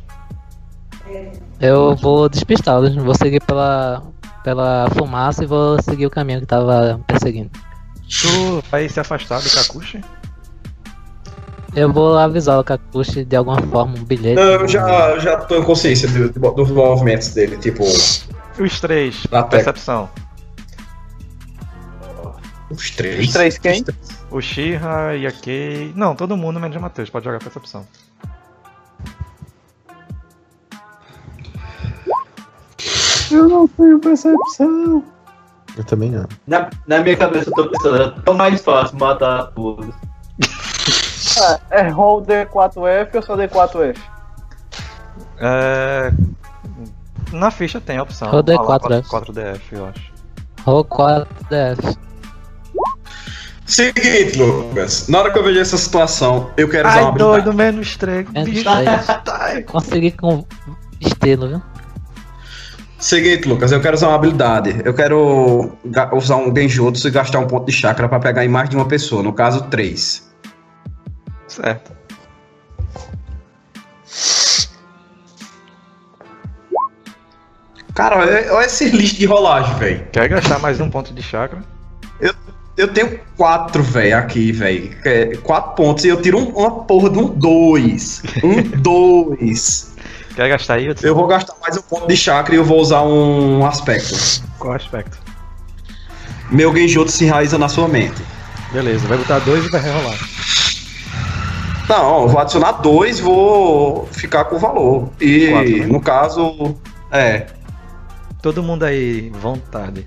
Speaker 4: Eu vou despistá-los, vou seguir pela, pela fumaça e vou seguir o caminho que tava perseguindo.
Speaker 2: Tu vai se afastar do Kakushi?
Speaker 4: Eu vou avisar o Kakushi de alguma forma, um bilhete.
Speaker 1: Não, eu já, eu já tô em consciência do- do- dos movimentos dele, tipo.
Speaker 2: Os três.
Speaker 1: Na tecla.
Speaker 2: Percepção.
Speaker 1: Os
Speaker 5: Os
Speaker 1: três.
Speaker 5: três quem?
Speaker 2: O Shira, Yakei. Não, todo mundo menos o Matheus. Pode jogar percepção.
Speaker 5: Eu não tenho percepção.
Speaker 8: Eu também não.
Speaker 7: Na, na minha cabeça eu tô pensando, é tão mais fácil matar fogo.
Speaker 5: Ah, é roll D4F ou só D4F?
Speaker 2: É... Na ficha tem a opção.
Speaker 4: Roda aí
Speaker 2: Fala
Speaker 4: 4F.
Speaker 2: 4DF, eu acho.
Speaker 4: Roll 4DF.
Speaker 1: Seguinte, Lucas. Na hora que eu vejo essa situação, eu quero usar
Speaker 2: Ai,
Speaker 1: uma
Speaker 2: doido, menos 3.
Speaker 4: Menos três. Consegui com estilo, viu?
Speaker 1: Seguinte, Lucas, eu quero usar uma habilidade. Eu quero ga- usar um Genjutsu e gastar um ponto de chakra pra pegar em mais de uma pessoa, no caso, três.
Speaker 2: Certo.
Speaker 1: Cara, olha olha esse lixo de rolagem, velho.
Speaker 2: Quer gastar mais um ponto de chakra?
Speaker 1: Eu tenho quatro, velho, aqui, velho. É, quatro pontos e eu tiro um- uma porra de um dois. Um dois.
Speaker 2: Quer gastar aí? Eu disse,
Speaker 1: Eu vou gastar mais um ponto de chakra e eu vou usar um aspecto.
Speaker 2: qual aspecto?
Speaker 1: Meu Genjutsu se enraiza na sua mente.
Speaker 2: Beleza, vai botar dois e vai rerolar.
Speaker 1: Não, eu vou adicionar dois vou ficar com o valor. E
Speaker 2: Quatro, né?
Speaker 1: no caso. É.
Speaker 2: Todo mundo aí, vontade.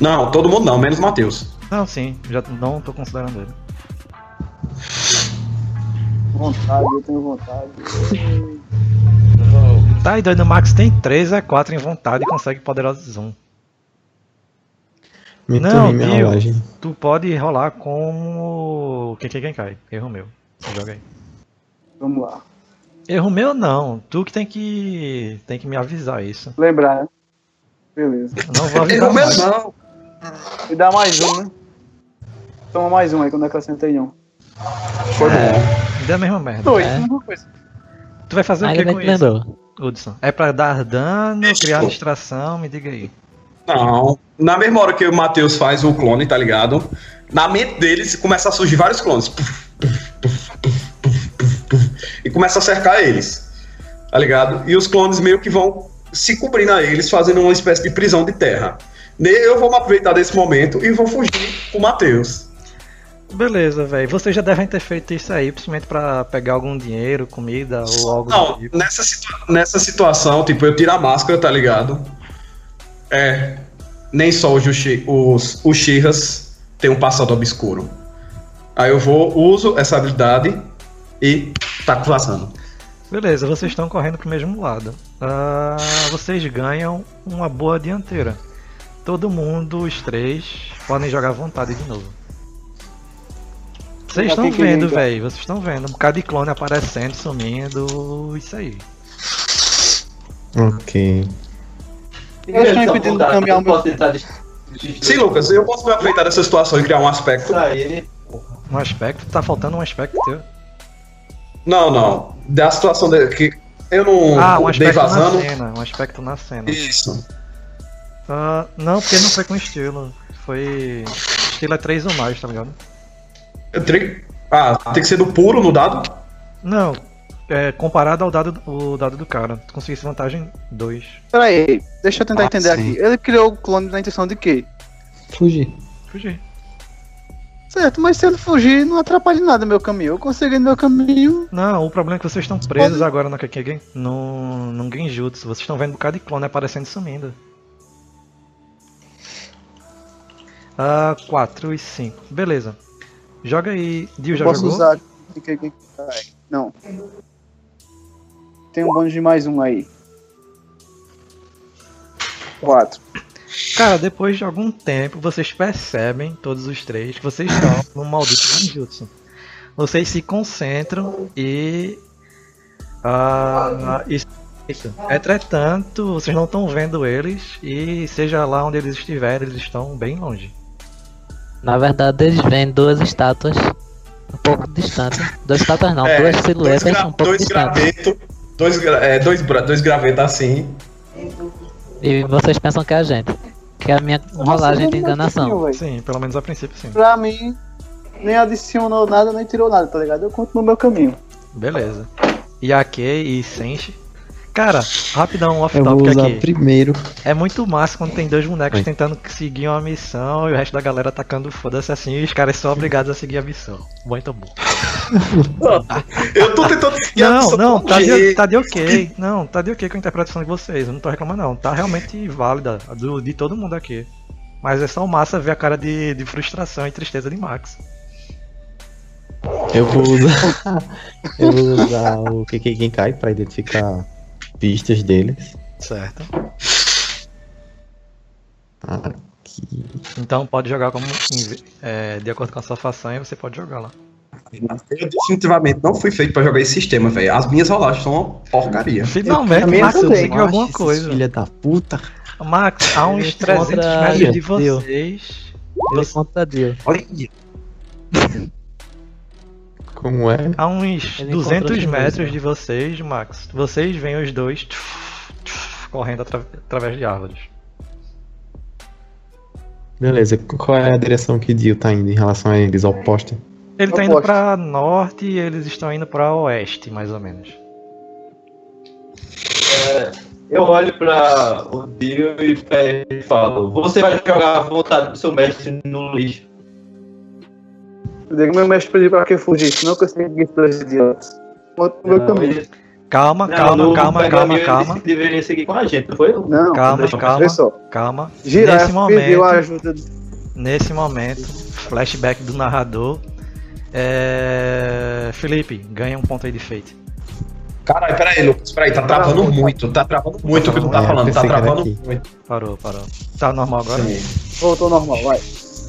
Speaker 1: Não, todo mundo não, menos o Matheus.
Speaker 2: Não, sim, já não tô considerando ele.
Speaker 5: Vontade, eu tenho vontade.
Speaker 2: Tá, e doido, o Max tem 3 é 4 em vontade e consegue poderosos 1.
Speaker 8: Me
Speaker 2: Não,
Speaker 8: tornei minha
Speaker 2: viu?
Speaker 8: loja.
Speaker 2: Tu pode rolar como. Quem, quem, quem cai? Erro meu. Joga aí.
Speaker 5: Vamos lá.
Speaker 2: Erro meu não. Tu que tem que. tem que me avisar isso.
Speaker 5: Lembrar, né? Beleza.
Speaker 2: Eu não vou avisar.
Speaker 1: Não,
Speaker 2: mais.
Speaker 1: menos não.
Speaker 5: E dá mais um, né? Toma mais um aí quando acrescentei um.
Speaker 1: Foi bom.
Speaker 2: Deu a mesma merda.
Speaker 5: Dois,
Speaker 4: É.
Speaker 5: mesma coisa.
Speaker 2: Tu vai fazer o
Speaker 4: Ainda
Speaker 2: que
Speaker 4: bem
Speaker 2: com
Speaker 4: que
Speaker 2: isso,
Speaker 4: lembrou.
Speaker 2: Hudson? É pra dar dano, criar
Speaker 1: Isso.
Speaker 2: distração, me diga aí.
Speaker 1: Não. Na mesma hora que o Matheus faz o clone, tá ligado? Na mente deles começa a surgir vários clones. Puf, puf, puf, puf, puf, puf, puf. e começa a cercar eles. Tá ligado? E os clones meio que vão se cobrindo a eles, fazendo uma espécie de prisão de terra. Ne- Eu vou me aproveitar desse momento e vou fugir com o Matheus.
Speaker 2: Beleza, velho. Vocês já devem ter feito isso aí, principalmente pra pegar algum dinheiro, comida ou algo do
Speaker 1: Não,
Speaker 2: tipo.
Speaker 1: nessa, situa- nessa situação, tipo, eu tiro a máscara, tá ligado? É. Nem só os, Yushi- os, os Shirras têm um passado obscuro. Aí eu vou, uso essa habilidade e taco vazando.
Speaker 2: Beleza, vocês estão correndo pro mesmo lado. Ah, vocês ganham uma boa dianteira. Todo mundo, os três, podem jogar à vontade de novo. Vocês
Speaker 5: Já
Speaker 2: estão
Speaker 5: tem que tá-
Speaker 2: vendo,
Speaker 5: ligar.
Speaker 2: velho. Vocês estão vendo. Um bocado de clone aparecendo, sumindo. Isso aí.
Speaker 8: Ok.
Speaker 5: Eu estou impedindo de caminhar o
Speaker 7: Eu
Speaker 5: meu.
Speaker 7: posso tentar des-
Speaker 1: Sim, Lucas, eu posso me aproveitar dessa situação e criar um aspecto.
Speaker 7: sair.
Speaker 2: Um aspecto. Tá faltando um aspecto teu.
Speaker 1: Não, não. Da situação de, que eu não
Speaker 2: Ah, um
Speaker 1: dei
Speaker 2: aspecto na
Speaker 1: vazando.
Speaker 2: cena. Um aspecto na cena.
Speaker 1: Isso.
Speaker 2: Ah, não, porque não foi com estilo. Foi. Estilo é 3 ou mais, tá ligado?
Speaker 1: Eu teria... Ah, tem que ser do puro no dado?
Speaker 2: Não. É, comparado ao dado, o dado do cara. Tu conseguisse vantagem 2.
Speaker 5: Peraí, deixa eu tentar
Speaker 8: Ah,
Speaker 5: entender
Speaker 8: sim.
Speaker 5: aqui. Ele criou o clone na intenção de quê?
Speaker 8: Fugir.
Speaker 2: Fugir.
Speaker 5: Certo, mas se ele fugir, não atrapalha em nada meu caminho. Eu consegui no meu caminho.
Speaker 2: Não, o problema é que vocês estão presos agora no Kakegen, no, no Genjutsu. Vocês estão vendo um bocado de clone aparecendo e sumindo. Ah, 4 e 5. Beleza. Joga aí. Dio já
Speaker 5: posso
Speaker 2: jogou?
Speaker 5: usar. Fiquei- fiquei- ai, Não. Tem um bônus de mais um aí. Quatro.
Speaker 2: Cara, depois de algum tempo, vocês percebem, todos os três, que vocês estão no maldito ninjutsu. Vocês se concentram e. Ah, isso. Entretanto, vocês não estão vendo eles e, seja lá onde eles estiverem, eles estão bem longe.
Speaker 4: Na verdade, eles vêm duas estátuas um pouco distantes. Duas estátuas não,
Speaker 1: É,
Speaker 4: duas
Speaker 1: Dois,
Speaker 4: silhuetas
Speaker 1: gra
Speaker 4: um pouco
Speaker 1: dois
Speaker 4: distantes.
Speaker 1: gravetos. Dois, gra- é, dois, bra- dois gravetos assim.
Speaker 4: E vocês pensam que é a gente. Que é a minha rolagem de enganação.
Speaker 2: Sim, pelo menos a princípio sim.
Speaker 5: Pra mim, nem adicionou nada, nem tirou nada, tá ligado? Eu conto no meu caminho.
Speaker 2: Beleza. Yake e Senshi. Cara, rapidão, off
Speaker 8: Eu vou
Speaker 2: topic
Speaker 8: usar
Speaker 2: aqui.
Speaker 8: primeiro.
Speaker 2: É muito massa quando tem dois bonecos
Speaker 8: Oi.
Speaker 2: tentando seguir uma missão e o resto da galera tacando foda-se assim e os caras são obrigados a seguir a missão. Bom, então bom.
Speaker 1: Eu tô tentando seguir a
Speaker 2: Não,
Speaker 1: missão
Speaker 2: não,
Speaker 1: do
Speaker 2: tá de,
Speaker 1: jeito.
Speaker 2: tá de ok. Não, tá de ok com a interpretação de vocês. Eu não tô reclamando, não. Tá realmente válida a do, de todo mundo aqui. Mas é só massa ver a cara de, de frustração e tristeza de Max.
Speaker 8: Eu vou usar. eu vou usar o Kiki Genkai pra identificar pistas deles.
Speaker 2: Certo.
Speaker 8: Aqui.
Speaker 2: Então pode jogar como em- é, de acordo com a sua façanha, você pode jogar lá.
Speaker 1: Eu definitivamente não fui feito pra jogar esse sistema, velho. As minhas rolagens são uma porcaria.
Speaker 2: Finalmente, Max
Speaker 8: Nossa,
Speaker 2: conseguiu alguma
Speaker 8: esses
Speaker 2: coisa.
Speaker 8: Filha da puta.
Speaker 2: Max, há uns
Speaker 4: Ele
Speaker 2: 300
Speaker 4: contra-
Speaker 2: metros de
Speaker 4: Deu.
Speaker 2: vocês.
Speaker 4: Ele contradiu.
Speaker 1: Olha,
Speaker 8: Como é?
Speaker 2: Há uns
Speaker 4: Ele
Speaker 2: 200
Speaker 4: encontrou os
Speaker 2: metros
Speaker 4: dois, né?
Speaker 2: de vocês, Max. Vocês veem os dois tchuf, tchuf, correndo atra- através de árvores.
Speaker 8: Beleza, qual é a direção que Dio tá indo em relação a eles, ao poste?
Speaker 2: Ele tá
Speaker 5: Eu
Speaker 2: indo
Speaker 5: gosto.
Speaker 2: pra norte e eles estão indo pra oeste, mais ou menos.
Speaker 7: Eu olho pra o Dio e pe- e falo: Você vai jogar a vontade do seu mestre no lixo.
Speaker 5: Eu digo, meu mestre pediu pra que eu fugisse, não consigo seguir dois idiotas. Outro meu
Speaker 2: Ah,
Speaker 7: Não,
Speaker 5: caminho.
Speaker 7: ele-
Speaker 2: Calma,
Speaker 7: não,
Speaker 2: calma,
Speaker 7: no
Speaker 2: calma, calma,
Speaker 7: pergaminho ele
Speaker 2: calma,
Speaker 7: disse que deveria seguir com a gente, não foi?
Speaker 5: Não,
Speaker 2: calma,
Speaker 7: deixa eu
Speaker 2: calma,
Speaker 5: vê só.
Speaker 2: calma.
Speaker 5: Girafa
Speaker 2: Nesse
Speaker 5: pediu a
Speaker 2: momento-
Speaker 5: ajuda do
Speaker 2: Nesse momento, flashback do narrador. É... Felipe, ganha um ponto aí de feito.
Speaker 1: Caralho, peraí, Lucas, peraí, tá travando muito, tá travando muito o que tu tá
Speaker 8: É,
Speaker 1: falando, tá
Speaker 8: pensei que era
Speaker 1: travando
Speaker 8: aqui.
Speaker 1: muito.
Speaker 2: Parou, parou. Tá normal agora?
Speaker 5: Voltou normal, vai.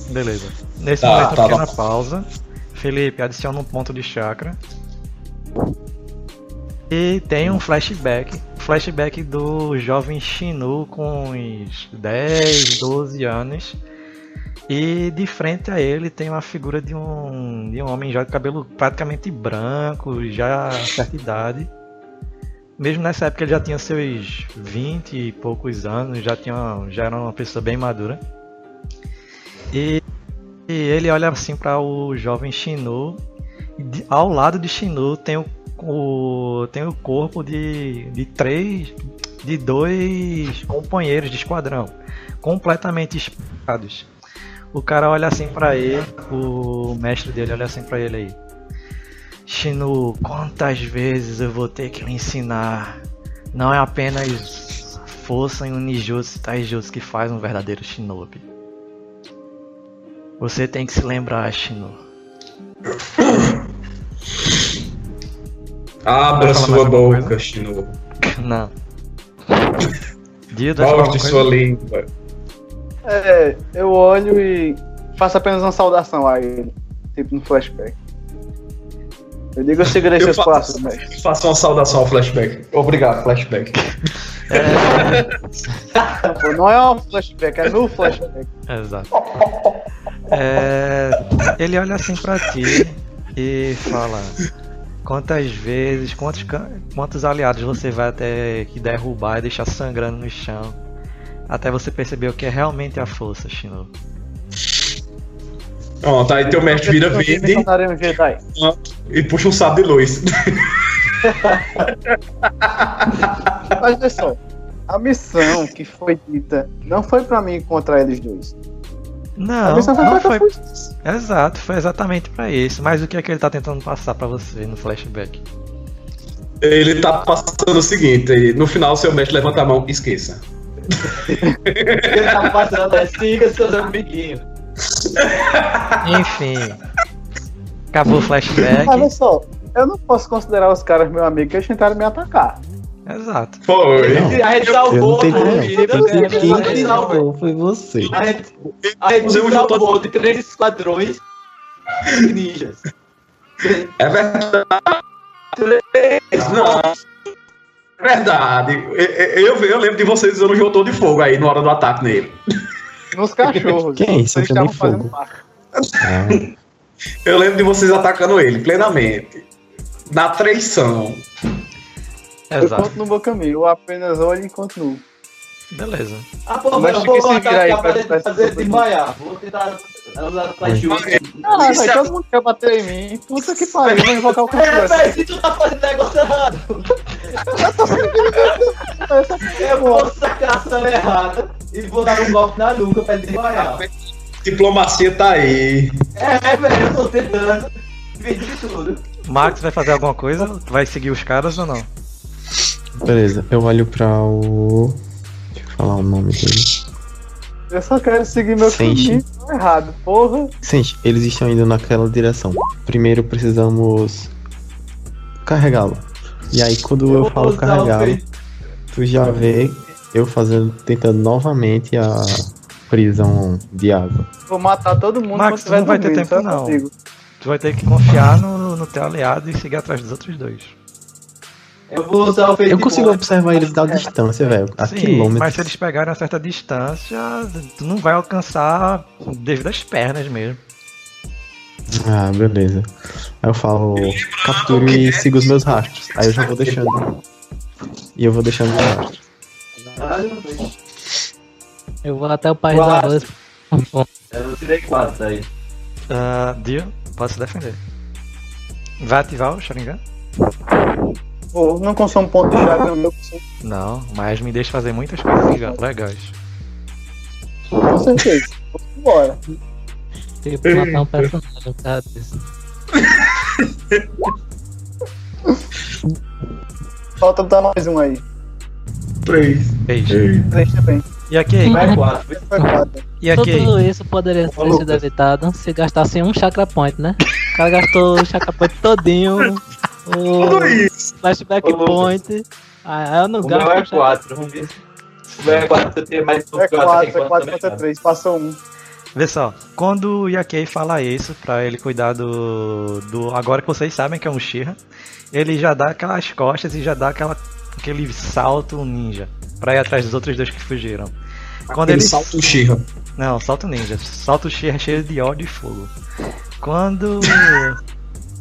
Speaker 2: Beleza. Nesse
Speaker 1: Tá,
Speaker 2: momento,
Speaker 1: tá
Speaker 2: pequena
Speaker 1: bom.
Speaker 2: pausa. Felipe, adiciona um ponto de chakra. E tem um flashback. Flashback do jovem Shinu com uns 10, 12 anos. E de frente a ele tem uma figura de um, de um homem já de cabelo praticamente branco, já certa idade. Mesmo nessa época ele já tinha seus 20 e poucos anos, já, tinha, já era uma pessoa bem madura. E, e ele olha assim para o jovem Shinu. E de- ao lado de Shinu tem o, o- tem o corpo de, de três, de dois companheiros de esquadrão, completamente espalhados. O cara olha assim para ele, o mestre dele olha assim para ele aí. Shinu, quantas vezes eu vou ter que lhe ensinar? Não é apenas força em um ninjutsu, taijutsu que faz um verdadeiro shinobi. Você tem que se lembrar, Shino.
Speaker 1: Abra
Speaker 2: Vai falar
Speaker 1: sua
Speaker 2: mais alguma
Speaker 1: boca, Shinobu.
Speaker 2: Não. Dia
Speaker 1: Volte sua língua.
Speaker 5: É, eu olho e faço apenas uma saudação a ele, tipo no flashback. Eu digo, eu seguirei
Speaker 1: Eu
Speaker 5: seus
Speaker 1: faço-
Speaker 5: passos, mestre.
Speaker 1: Faça uma saudação ao flashback. Obrigado, flashback.
Speaker 5: Pô, não é um flashback, é no flashback.
Speaker 2: Exato. É, ele olha assim pra ti e fala: Quantas vezes, quantos, ca- quantos aliados você vai até que derrubar e deixar sangrando no chão? Até você perceber o que é realmente a força, Shino.
Speaker 1: Pronto, aí teu mestre vira
Speaker 5: Eu me
Speaker 1: verde
Speaker 5: tornarei um Jedi.
Speaker 1: e puxa um sábio de luz.
Speaker 5: Mas olha só, a missão que foi dita não foi pra mim encontrar eles dois. A
Speaker 2: Não,
Speaker 5: missão foi
Speaker 2: não
Speaker 5: pra
Speaker 2: foi.
Speaker 5: foi... fugir.
Speaker 2: Exato, foi exatamente pra isso. Mas o que é que ele tá tentando passar pra você no flashback?
Speaker 1: Ele tá passando o seguinte, e no final seu mestre levanta a mão, esqueça.
Speaker 7: Ele tá passando as siga seus amiguinhos.
Speaker 2: Enfim. Acabou o
Speaker 8: É
Speaker 2: flashback.
Speaker 5: Olha só, eu não posso considerar os caras meu amigo que eles tentaram me atacar.
Speaker 2: Exato.
Speaker 1: Foi.
Speaker 8: Não,
Speaker 7: A gente
Speaker 8: eu
Speaker 7: salvou
Speaker 8: não tenho
Speaker 7: a
Speaker 8: não.
Speaker 7: vida
Speaker 8: Eu sei
Speaker 7: dela, a
Speaker 8: quem
Speaker 7: gente
Speaker 8: te
Speaker 7: salvou.
Speaker 8: salvou, foi você.
Speaker 7: A gente- a gente
Speaker 1: Você já tá-
Speaker 7: salvou de três esquadrões de ninjas.
Speaker 1: É verdade. Não. É Verdade. Eu, eu, eu lembro de vocês usando o jogador de fogo aí na hora do ataque nele.
Speaker 5: Nos cachorros.
Speaker 8: Quem? é
Speaker 5: Eles
Speaker 8: Você
Speaker 5: estavam
Speaker 8: tem
Speaker 5: fazendo
Speaker 8: fogo.
Speaker 5: parte.
Speaker 8: Ah,
Speaker 1: Eu lembro de vocês atacando ele plenamente. Na traição.
Speaker 5: Eu
Speaker 2: Exato.
Speaker 5: conto no meu caminho, eu apenas olho e continuo.
Speaker 2: Beleza.
Speaker 7: Ah, pô,
Speaker 5: Mas tem
Speaker 7: eu
Speaker 5: que
Speaker 7: vou
Speaker 5: se
Speaker 7: cortar
Speaker 5: virar aí
Speaker 7: aqui pra
Speaker 5: pra-
Speaker 7: gente fazer
Speaker 5: pra-
Speaker 7: desmaiar. Vou tentar usar taijutsu.
Speaker 5: Caralho,
Speaker 1: Isso
Speaker 5: velho,
Speaker 1: é-
Speaker 5: todo mundo quer bater em mim. Puta que pariu, vou invocar o cachorro.
Speaker 7: É, se tu tá fazendo negócio errado,
Speaker 5: Eu só peguei a
Speaker 7: eu
Speaker 5: bola.
Speaker 7: vou sacar a sala errada e vou dar um golpe na nuca pra desmaiar.
Speaker 1: Diplomacia tá aí.
Speaker 7: É, velho, eu tô tentando. Vende tudo.
Speaker 2: Max vai fazer alguma coisa? Vai seguir os caras ou não?
Speaker 8: Beleza, eu olho pra o. Deixa eu falar o nome dele.
Speaker 5: Eu só quero seguir meu
Speaker 8: Sim.
Speaker 5: caminho. Tô errado, porra.
Speaker 8: Gente, eles estão indo naquela direção. Primeiro precisamos carregá-lo. E aí quando eu,
Speaker 7: vou
Speaker 8: falo
Speaker 7: usar o
Speaker 8: carregá-lo,
Speaker 7: feito.
Speaker 8: tu já vê eu fazendo, tentando novamente a prisão de água.
Speaker 5: Vou matar todo mundo
Speaker 2: Max,
Speaker 5: quando tiver
Speaker 2: não vai ter
Speaker 5: dormindo,
Speaker 2: tempo,
Speaker 5: só
Speaker 2: não.
Speaker 5: consigo.
Speaker 2: Tu vai ter que confiar no, no teu aliado e seguir atrás dos outros dois.
Speaker 7: Eu vou usar o feito.
Speaker 8: Eu consigo
Speaker 7: bom.
Speaker 8: observar eles da distância, velho. A quilômetros.
Speaker 2: mas se eles pegarem uma certa distância, tu não vai alcançar devido às pernas mesmo.
Speaker 8: Ah, beleza. Aí eu falo, capture e siga os meus rastros. Aí eu já vou deixando. E eu vou deixando os rastros.
Speaker 7: Ah, Caralho, velho.
Speaker 4: Eu vou até o país
Speaker 7: Quase.
Speaker 4: da luz.
Speaker 7: Eu tirei quatro aí.
Speaker 2: Ah, Dio, pode se defender. Vai ativar o Sharingan?
Speaker 5: Pô, não consumo ponto de chakra, meu consumo.
Speaker 2: Não, mas me deixa fazer muitas coisas lega- legais.
Speaker 5: Com certeza. Bora.
Speaker 4: Tipo, matar um personagem por causa disso.
Speaker 5: Falta dar mais um aí.
Speaker 1: Três.
Speaker 2: Beijo.
Speaker 5: Três também.
Speaker 2: E a Kay?
Speaker 7: Vai é quatro.
Speaker 5: Esse foi quatro.
Speaker 2: E a Kay?
Speaker 4: Tudo isso poderia ter sido evitado se gastasse um chakra point, né? O cara gastou o chakra point todinho,
Speaker 1: Tudo
Speaker 4: o
Speaker 1: isso.
Speaker 4: flashback
Speaker 7: Ô,
Speaker 4: point. Ah, eu não
Speaker 7: O meu
Speaker 4: gasto.
Speaker 7: é
Speaker 4: o chakra-
Speaker 7: quatro. Vamos ver. se- O meu é quatro. Eu tenho mais um
Speaker 5: É quatro, é quatro
Speaker 7: também. tá.
Speaker 5: contra três. Passou um.
Speaker 2: Vê só, quando o Yakei fala isso pra ele cuidar do, do. Agora que vocês sabem que é um Shira, ele já dá aquelas costas e já dá aquela, aquele salto ninja pra ir atrás dos outros dois que fugiram. Quando
Speaker 1: Ele
Speaker 2: ele-
Speaker 1: salta o Xirra.
Speaker 2: Não, salto ninja, salto Shira cheio de ódio e fogo. Quando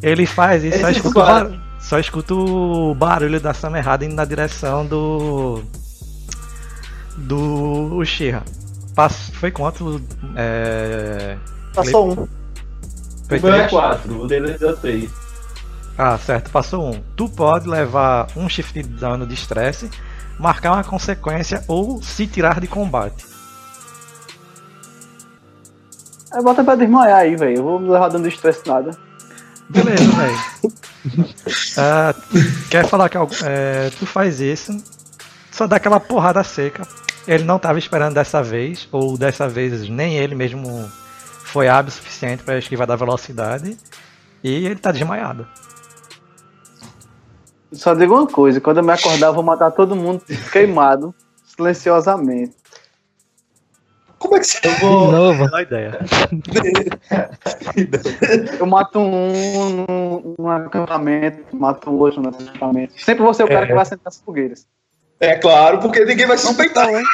Speaker 2: ele faz isso, só
Speaker 7: Esses
Speaker 2: escuta, o
Speaker 7: quatro.
Speaker 2: bar... só escuta o barulho da Sama errada indo na direção do. do Shira. Pass... Foi quanto? É...
Speaker 5: Passou um.
Speaker 2: Foi
Speaker 7: O meu é
Speaker 2: três?
Speaker 7: quatro. O dele é três.
Speaker 2: Ah, certo, passou um. Tu pode levar um shift de dano de estresse, marcar uma consequência ou se tirar de combate.
Speaker 5: Aí É, bota pra desmaiar aí, velho. Eu vou levar dando estresse nada.
Speaker 2: Beleza, velho. Ah, quer falar que algu- é, tu faz isso, só dá aquela porrada seca. Ele não tava esperando dessa vez, ou dessa vez nem ele mesmo foi hábil o suficiente para esquivar da velocidade. E ele tá desmaiado.
Speaker 5: Só digo uma coisa, quando eu me acordar, eu vou matar todo mundo queimado, silenciosamente.
Speaker 1: Como é que você.
Speaker 7: Eu
Speaker 4: De
Speaker 7: vou.
Speaker 4: novo,
Speaker 2: Boa ideia.
Speaker 5: Eu mato um num- num acampamento, mato um outro no acampamento. Sempre vou ser o cara que vai sentar as fogueiras.
Speaker 1: É claro, porque ninguém vai suspeitar.
Speaker 5: Então, hein?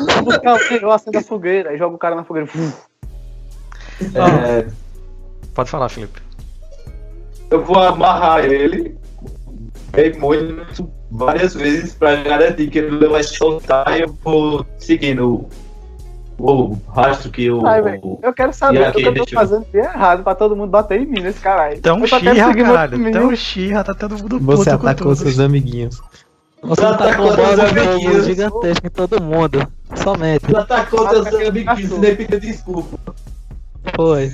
Speaker 5: Vou buscar alguém, Eu acendo a um fogueira, aí jogo o cara na fogueira. Uf,
Speaker 7: é,
Speaker 2: Pode falar, Felipe.
Speaker 7: Eu vou amarrar ele, queimou ele várias vezes pra garantir que ele não vai soltar e eu vou seguindo o, o rastro que o.
Speaker 5: Ai, velho, eu quero saber
Speaker 7: E
Speaker 5: o que
Speaker 7: aqui,
Speaker 5: eu tô
Speaker 7: deixa eu-
Speaker 5: fazendo de errado pra todo mundo bater em mim nesse caralho.
Speaker 2: Então,
Speaker 5: eu só
Speaker 2: Xirra,
Speaker 5: quero seguir meu
Speaker 2: caralho.
Speaker 5: caminho.
Speaker 2: Então, Xirra, tá todo mundo
Speaker 8: Você
Speaker 2: puto com
Speaker 8: atacou
Speaker 2: tudo.
Speaker 8: seus amiguinhos.
Speaker 4: você não tá com
Speaker 7: Atacou
Speaker 4: um bola
Speaker 7: os
Speaker 4: de fogo
Speaker 7: amiguinhos.
Speaker 4: gigantesco em todo mundo. Somente.
Speaker 7: Tu atacou teus
Speaker 5: Ataca-
Speaker 7: tá amiguinhos, nem pediu desculpa.
Speaker 4: Foi.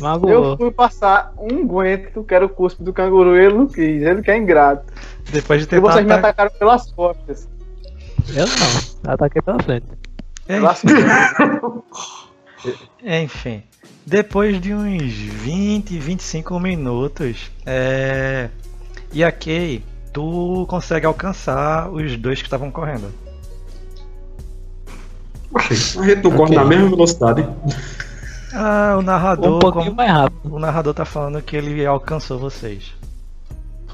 Speaker 5: Eu
Speaker 4: Magoou.
Speaker 5: fui passar um guento, que era o cuspe do canguru, ele não quis, ele que é ingrato.
Speaker 2: Depois de
Speaker 5: E
Speaker 2: tentar
Speaker 5: vocês me
Speaker 2: atacar-
Speaker 5: atacaram pelas costas.
Speaker 4: Eu não. Ataquei pela frente.
Speaker 5: Pelas
Speaker 2: É, Enfim, É, enfim. depois de uns 20, 25 minutos, é... e a Kay, tu consegue alcançar os dois que estavam correndo.
Speaker 1: A gente não corre
Speaker 8: Ok.
Speaker 1: na mesma velocidade.
Speaker 2: Ah, o narrador,
Speaker 4: Um pouquinho
Speaker 2: como-
Speaker 4: mais rápido.
Speaker 2: o narrador tá falando que ele alcançou vocês.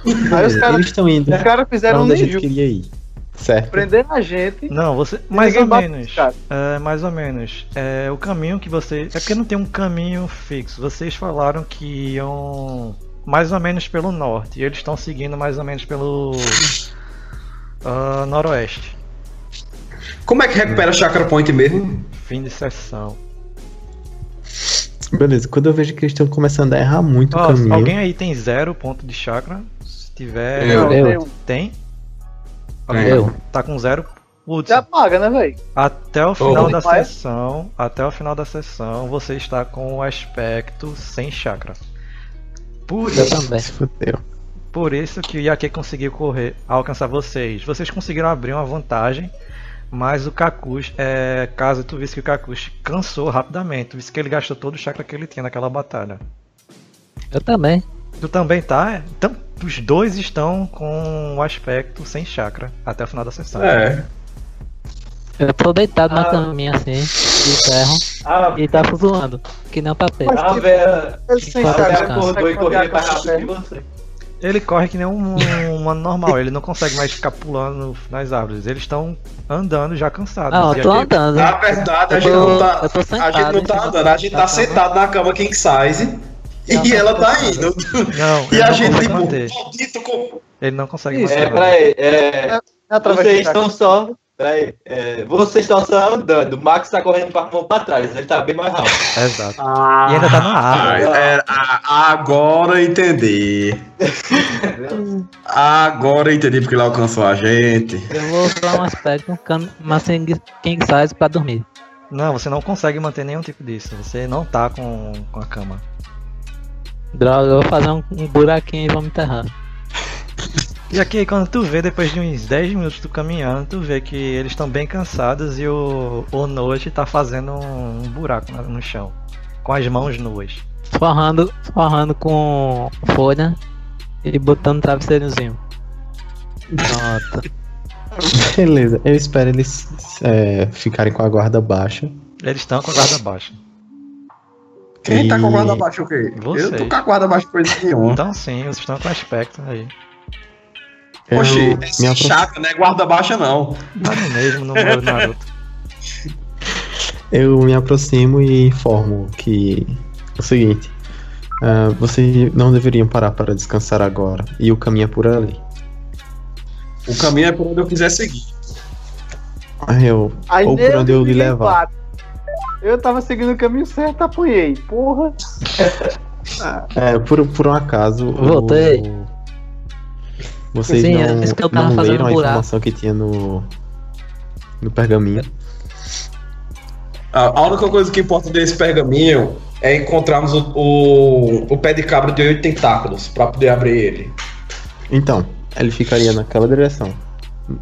Speaker 5: Aí os caras
Speaker 8: Eles estão indo
Speaker 5: os caras
Speaker 8: pra
Speaker 5: fizeram um
Speaker 8: onde a gente
Speaker 5: ninju,
Speaker 8: queria ir. Certo.
Speaker 5: prenderam a gente.
Speaker 2: Não, você
Speaker 5: e
Speaker 2: mais ou
Speaker 5: ninguém bateu
Speaker 2: menos.
Speaker 5: nos caras.
Speaker 2: É, mais ou menos. É, o caminho que você. É porque não tem um caminho fixo. Vocês falaram que iam mais ou menos pelo norte. E eles estão seguindo mais ou menos pelo. ah, noroeste.
Speaker 1: Como é que recupera Chakra Point mesmo?
Speaker 2: Fim de sessão.
Speaker 8: Beleza, quando eu vejo que eles estão começando a errar muito
Speaker 2: Ó,
Speaker 8: o caminho.
Speaker 2: alguém aí tem zero ponto de chakra? Se tiver.
Speaker 1: Eu.
Speaker 5: Não, tem um.
Speaker 2: Tem?
Speaker 4: Eu.
Speaker 2: Tá com zero. Putz,
Speaker 5: Já paga, né, velho?
Speaker 2: até o final
Speaker 1: Oh.
Speaker 2: da
Speaker 5: Vai.
Speaker 2: sessão. Até o final da sessão, você está com o aspecto sem chakra. Por
Speaker 4: Eu também.
Speaker 8: Se fudeu.
Speaker 2: Por isso que o Yake conseguiu correr, alcançar vocês. Vocês conseguiram abrir uma vantagem, mas o Kakush, é, caso tu visse que o Kakush cansou rapidamente, tu visse que ele gastou todo o chakra que ele tinha naquela batalha.
Speaker 4: Eu também.
Speaker 2: Tu também tá? Então, os dois estão com o aspecto sem chakra até o final da sessão.
Speaker 1: É.
Speaker 4: Eu tô deitado na
Speaker 7: Ah.
Speaker 4: caminha assim, de ferro,
Speaker 7: A,
Speaker 4: e tá zoando. Que nem um papel.
Speaker 5: Mas-
Speaker 7: a Vera,
Speaker 5: Ele
Speaker 4: Tem
Speaker 5: sem
Speaker 4: que
Speaker 7: a
Speaker 4: pagar.
Speaker 5: saber.
Speaker 7: Vera
Speaker 4: descanso.
Speaker 7: acordou e correu mais rápido que
Speaker 5: É.
Speaker 7: você.
Speaker 2: Ele corre que nem um um humano normal, ele não consegue mais ficar pulando nas árvores. Eles estão andando já cansados.
Speaker 4: Ah, eu tô
Speaker 2: Yake-
Speaker 4: andando.
Speaker 1: Na verdade, a
Speaker 4: Eu
Speaker 1: gente
Speaker 4: tô-
Speaker 1: não tá.
Speaker 4: eu tô
Speaker 1: A
Speaker 4: sentado
Speaker 1: gente não
Speaker 4: em
Speaker 1: tá
Speaker 4: cima
Speaker 1: andando, a gente
Speaker 4: da
Speaker 1: tá
Speaker 4: cama.
Speaker 1: sentado na cama king size e
Speaker 4: Ela tá
Speaker 1: ela tá
Speaker 4: sentada.
Speaker 1: indo.
Speaker 2: Não,
Speaker 1: E
Speaker 2: ele
Speaker 1: a
Speaker 2: não
Speaker 1: gente,
Speaker 2: consegue
Speaker 1: tipo,
Speaker 2: manter.
Speaker 1: maldito com.
Speaker 2: Ele não consegue
Speaker 5: Isso,
Speaker 2: manter.
Speaker 7: É, peraí, é,
Speaker 5: Através
Speaker 7: vocês
Speaker 5: do chakra.
Speaker 7: estão só. Peraí, é, vocês estão só andando. O Max tá correndo com a mão pra trás. Ele tá bem mais rápido.
Speaker 2: Exato. E ainda tá na água.
Speaker 1: Ah, é, a- agora eu entendi. Agora eu entendi porque ele alcançou a gente.
Speaker 4: Eu vou usar um aspecto, um can... uma king king size pra dormir.
Speaker 2: Não, você não consegue manter nenhum tipo disso. Você não tá com, com a cama.
Speaker 4: Droga, eu vou fazer um, um buraquinho e vou me enterrar.
Speaker 2: E aqui, quando tu vê, depois de uns 10 minutos tu caminhando, tu vê que eles estão bem cansados e o, o Noite tá fazendo um, um buraco na- no chão. Com as mãos nuas.
Speaker 4: Forrando, forrando com folha e botando travesseirozinho. Pronto.
Speaker 8: Beleza, eu espero eles é, ficarem com a guarda baixa.
Speaker 2: Eles estão com a guarda baixa.
Speaker 1: Quem tá com a
Speaker 8: E-
Speaker 1: guarda
Speaker 3: é
Speaker 1: baixa o quê?
Speaker 2: Vocês.
Speaker 1: Eu tô
Speaker 3: tá
Speaker 1: com a guarda baixa coisa nenhuma.
Speaker 2: Então sim, vocês estão com aspecto aí.
Speaker 8: eu
Speaker 1: Oxi, é
Speaker 8: me apro-
Speaker 1: chaca,
Speaker 3: né?
Speaker 1: não é guarda baixa não.
Speaker 2: Tá no mesmo no meu Naruto.
Speaker 8: Eu me aproximo e informo que é o seguinte: ah, vocês não deveriam parar para descansar agora, e o caminho é por ali.
Speaker 1: O caminho é por onde eu quiser seguir.
Speaker 8: Ah, Eu,
Speaker 5: Aí
Speaker 8: Ou por
Speaker 5: nego,
Speaker 8: onde eu lhe
Speaker 5: ninguém
Speaker 8: levar.
Speaker 5: para. Eu tava seguindo o caminho certo, apanhei. Porra.
Speaker 8: é, por, por um acaso. o-
Speaker 4: Voltei.
Speaker 8: vocês
Speaker 4: Sim,
Speaker 8: não,
Speaker 4: é isso que eu tava
Speaker 8: não
Speaker 4: fazendo
Speaker 8: leram a
Speaker 4: buraco.
Speaker 8: informação que tinha no, no pergaminho.
Speaker 1: A a única coisa que importa desse pergaminho é encontrarmos o, o, o pé de cabra de oito tentáculos pra poder abrir ele.
Speaker 8: Então, ele ficaria naquela direção.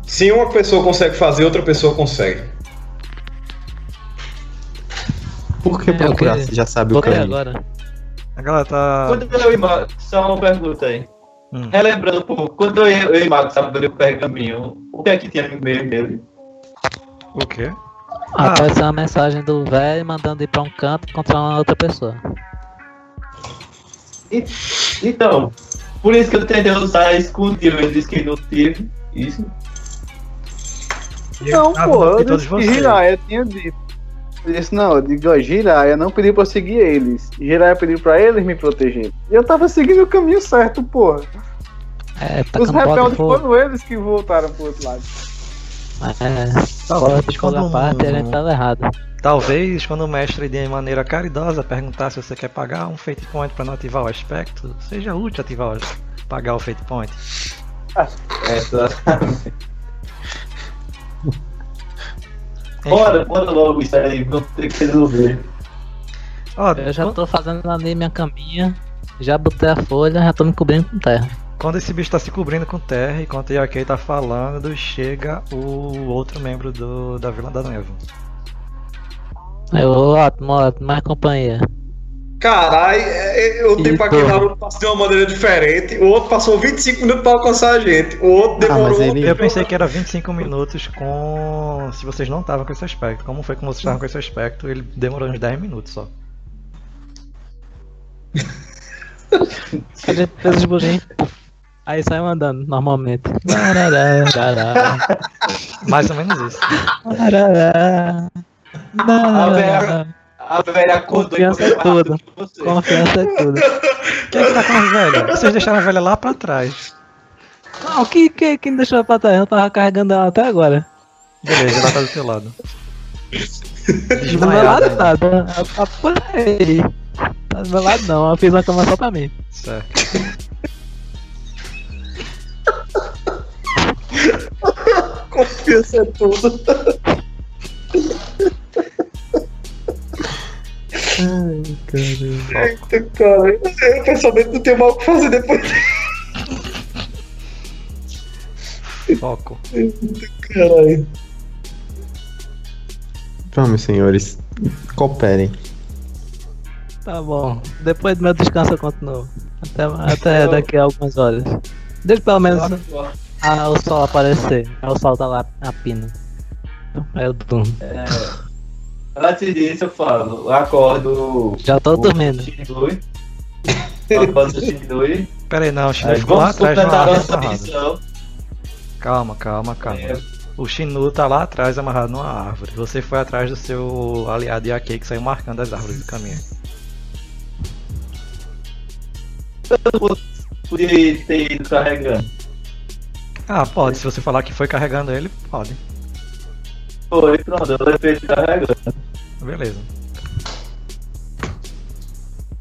Speaker 1: Se uma pessoa consegue fazer, outra pessoa consegue.
Speaker 8: Por que
Speaker 4: É,
Speaker 8: procurar
Speaker 4: ok.
Speaker 8: se já sabe o
Speaker 4: Voltei
Speaker 8: caminho?
Speaker 4: agora.
Speaker 2: A galera tá.
Speaker 7: Quando eu e Max, só uma pergunta aí.
Speaker 2: Hum.
Speaker 7: Relembrando um pouco, quando eu, eu e Max abriu o pergaminho, o que é que tinha no meio dele?
Speaker 2: O quê? Ah.
Speaker 4: Após uma mensagem do velho mandando ir pra um canto e encontrar uma outra pessoa.
Speaker 7: Então, por isso que eu tentei usar escondido, eu disse que não tive. Isso.
Speaker 5: Não,
Speaker 2: Ah, não,
Speaker 5: pô, eu
Speaker 2: tem todos
Speaker 5: disse que
Speaker 2: vocês.
Speaker 5: Jiraya tinha dito. Eu disse, não, eu digo, ó, Jiraya não pediu pra eu seguir eles. Jiraya pediu pra eles me protegerem. E eu tava seguindo o caminho certo, porra.
Speaker 4: É,
Speaker 5: Os
Speaker 4: tacando bola de
Speaker 5: rebeldes
Speaker 4: fogo.
Speaker 5: foram eles que voltaram pro outro lado.
Speaker 4: É, bola
Speaker 2: Talvez
Speaker 4: de fogo
Speaker 2: quando,
Speaker 4: à parte, a gente tava errado.
Speaker 2: talvez quando o mestre de maneira caridosa perguntar se você quer pagar um fate point pra não ativar o aspecto, seja útil ativar o, pagar o fate point.
Speaker 7: Essa.
Speaker 2: Enfim.
Speaker 7: bora, bora logo, isso aí, vamos ter que resolver.
Speaker 2: Ó,
Speaker 4: Eu já
Speaker 2: quan-
Speaker 4: tô fazendo ali minha caminha, já botei a folha, já tô me cobrindo com terra.
Speaker 2: Quando esse bicho tá se cobrindo com terra, enquanto o Yakei tá falando, chega o outro membro do, da Vila da Neva.
Speaker 4: Eu, É, ótimo, ótimo, mais companhia.
Speaker 1: Carai, é, é, eu dei pra aquele
Speaker 4: Então.
Speaker 1: Naruto passou de uma maneira diferente, o outro passou 25 minutos pra alcançar a gente, o outro
Speaker 8: Ah,
Speaker 1: demorou. um
Speaker 8: mas ele-
Speaker 2: Eu pensei que era 25 minutos com. se vocês não estavam com esse aspecto. Como foi que vocês estavam com esse aspecto? Ele demorou uns 10 minutos só.
Speaker 4: A gente fez os burrinhos, aí saiu andando, normalmente. Barará, barará,
Speaker 2: Mais ou menos isso.
Speaker 4: barará, barará.
Speaker 7: A velha acordou e
Speaker 4: Confiança é
Speaker 7: correu
Speaker 4: tudo.
Speaker 7: rápido que você.
Speaker 4: Confiança é tudo.
Speaker 2: Quem é que tá com a velha? Vocês deixaram a velha lá pra trás.
Speaker 4: Ah, o que, que, quem deixou pra trás? Eu tava carregando ela até agora.
Speaker 2: Beleza, ela tá do teu lado.
Speaker 4: Não vai lá
Speaker 2: Desmaiada. né? ainda.
Speaker 4: nada. Ela tá por aí. Tá do meu lado não, eu fiz uma cama só pra mim.
Speaker 2: Certo.
Speaker 1: Confiança é tudo. Ai, caramba. Eita, cara. Eu pensamento não tem mal o que fazer depois.
Speaker 2: Foco.
Speaker 1: Caralho.
Speaker 8: Vamos, senhores, cooperem.
Speaker 4: Tá bom. Depois do meu descanso eu continuo. Até, até daqui a algumas horas. Deixa pelo menos a- Ah, o sol aparecer. Aí O sol tá lá na pina. Aí eu durmo.
Speaker 7: "É, Antes disso, eu falo, eu acordo.
Speaker 4: Já tô dormindo.
Speaker 7: Shinui. Acordo o Shinui.
Speaker 2: Pera aí, não, o Shinu
Speaker 7: Aí
Speaker 2: ficou lá
Speaker 7: É, Vamos
Speaker 2: atrás na
Speaker 7: completar
Speaker 2: árvore
Speaker 7: nossa
Speaker 2: amarrado.
Speaker 7: missão.
Speaker 2: Calma, calma, calma. O Shinu tá lá atrás amarrado numa árvore. Você foi atrás do seu aliado Yakei que saiu marcando as árvores do caminho.
Speaker 7: Podia ter ido carregando.
Speaker 2: Ah, pode. Se você falar que foi carregando ele, pode.
Speaker 7: Foi, pronto, eu levei ele carregando.
Speaker 2: Beleza.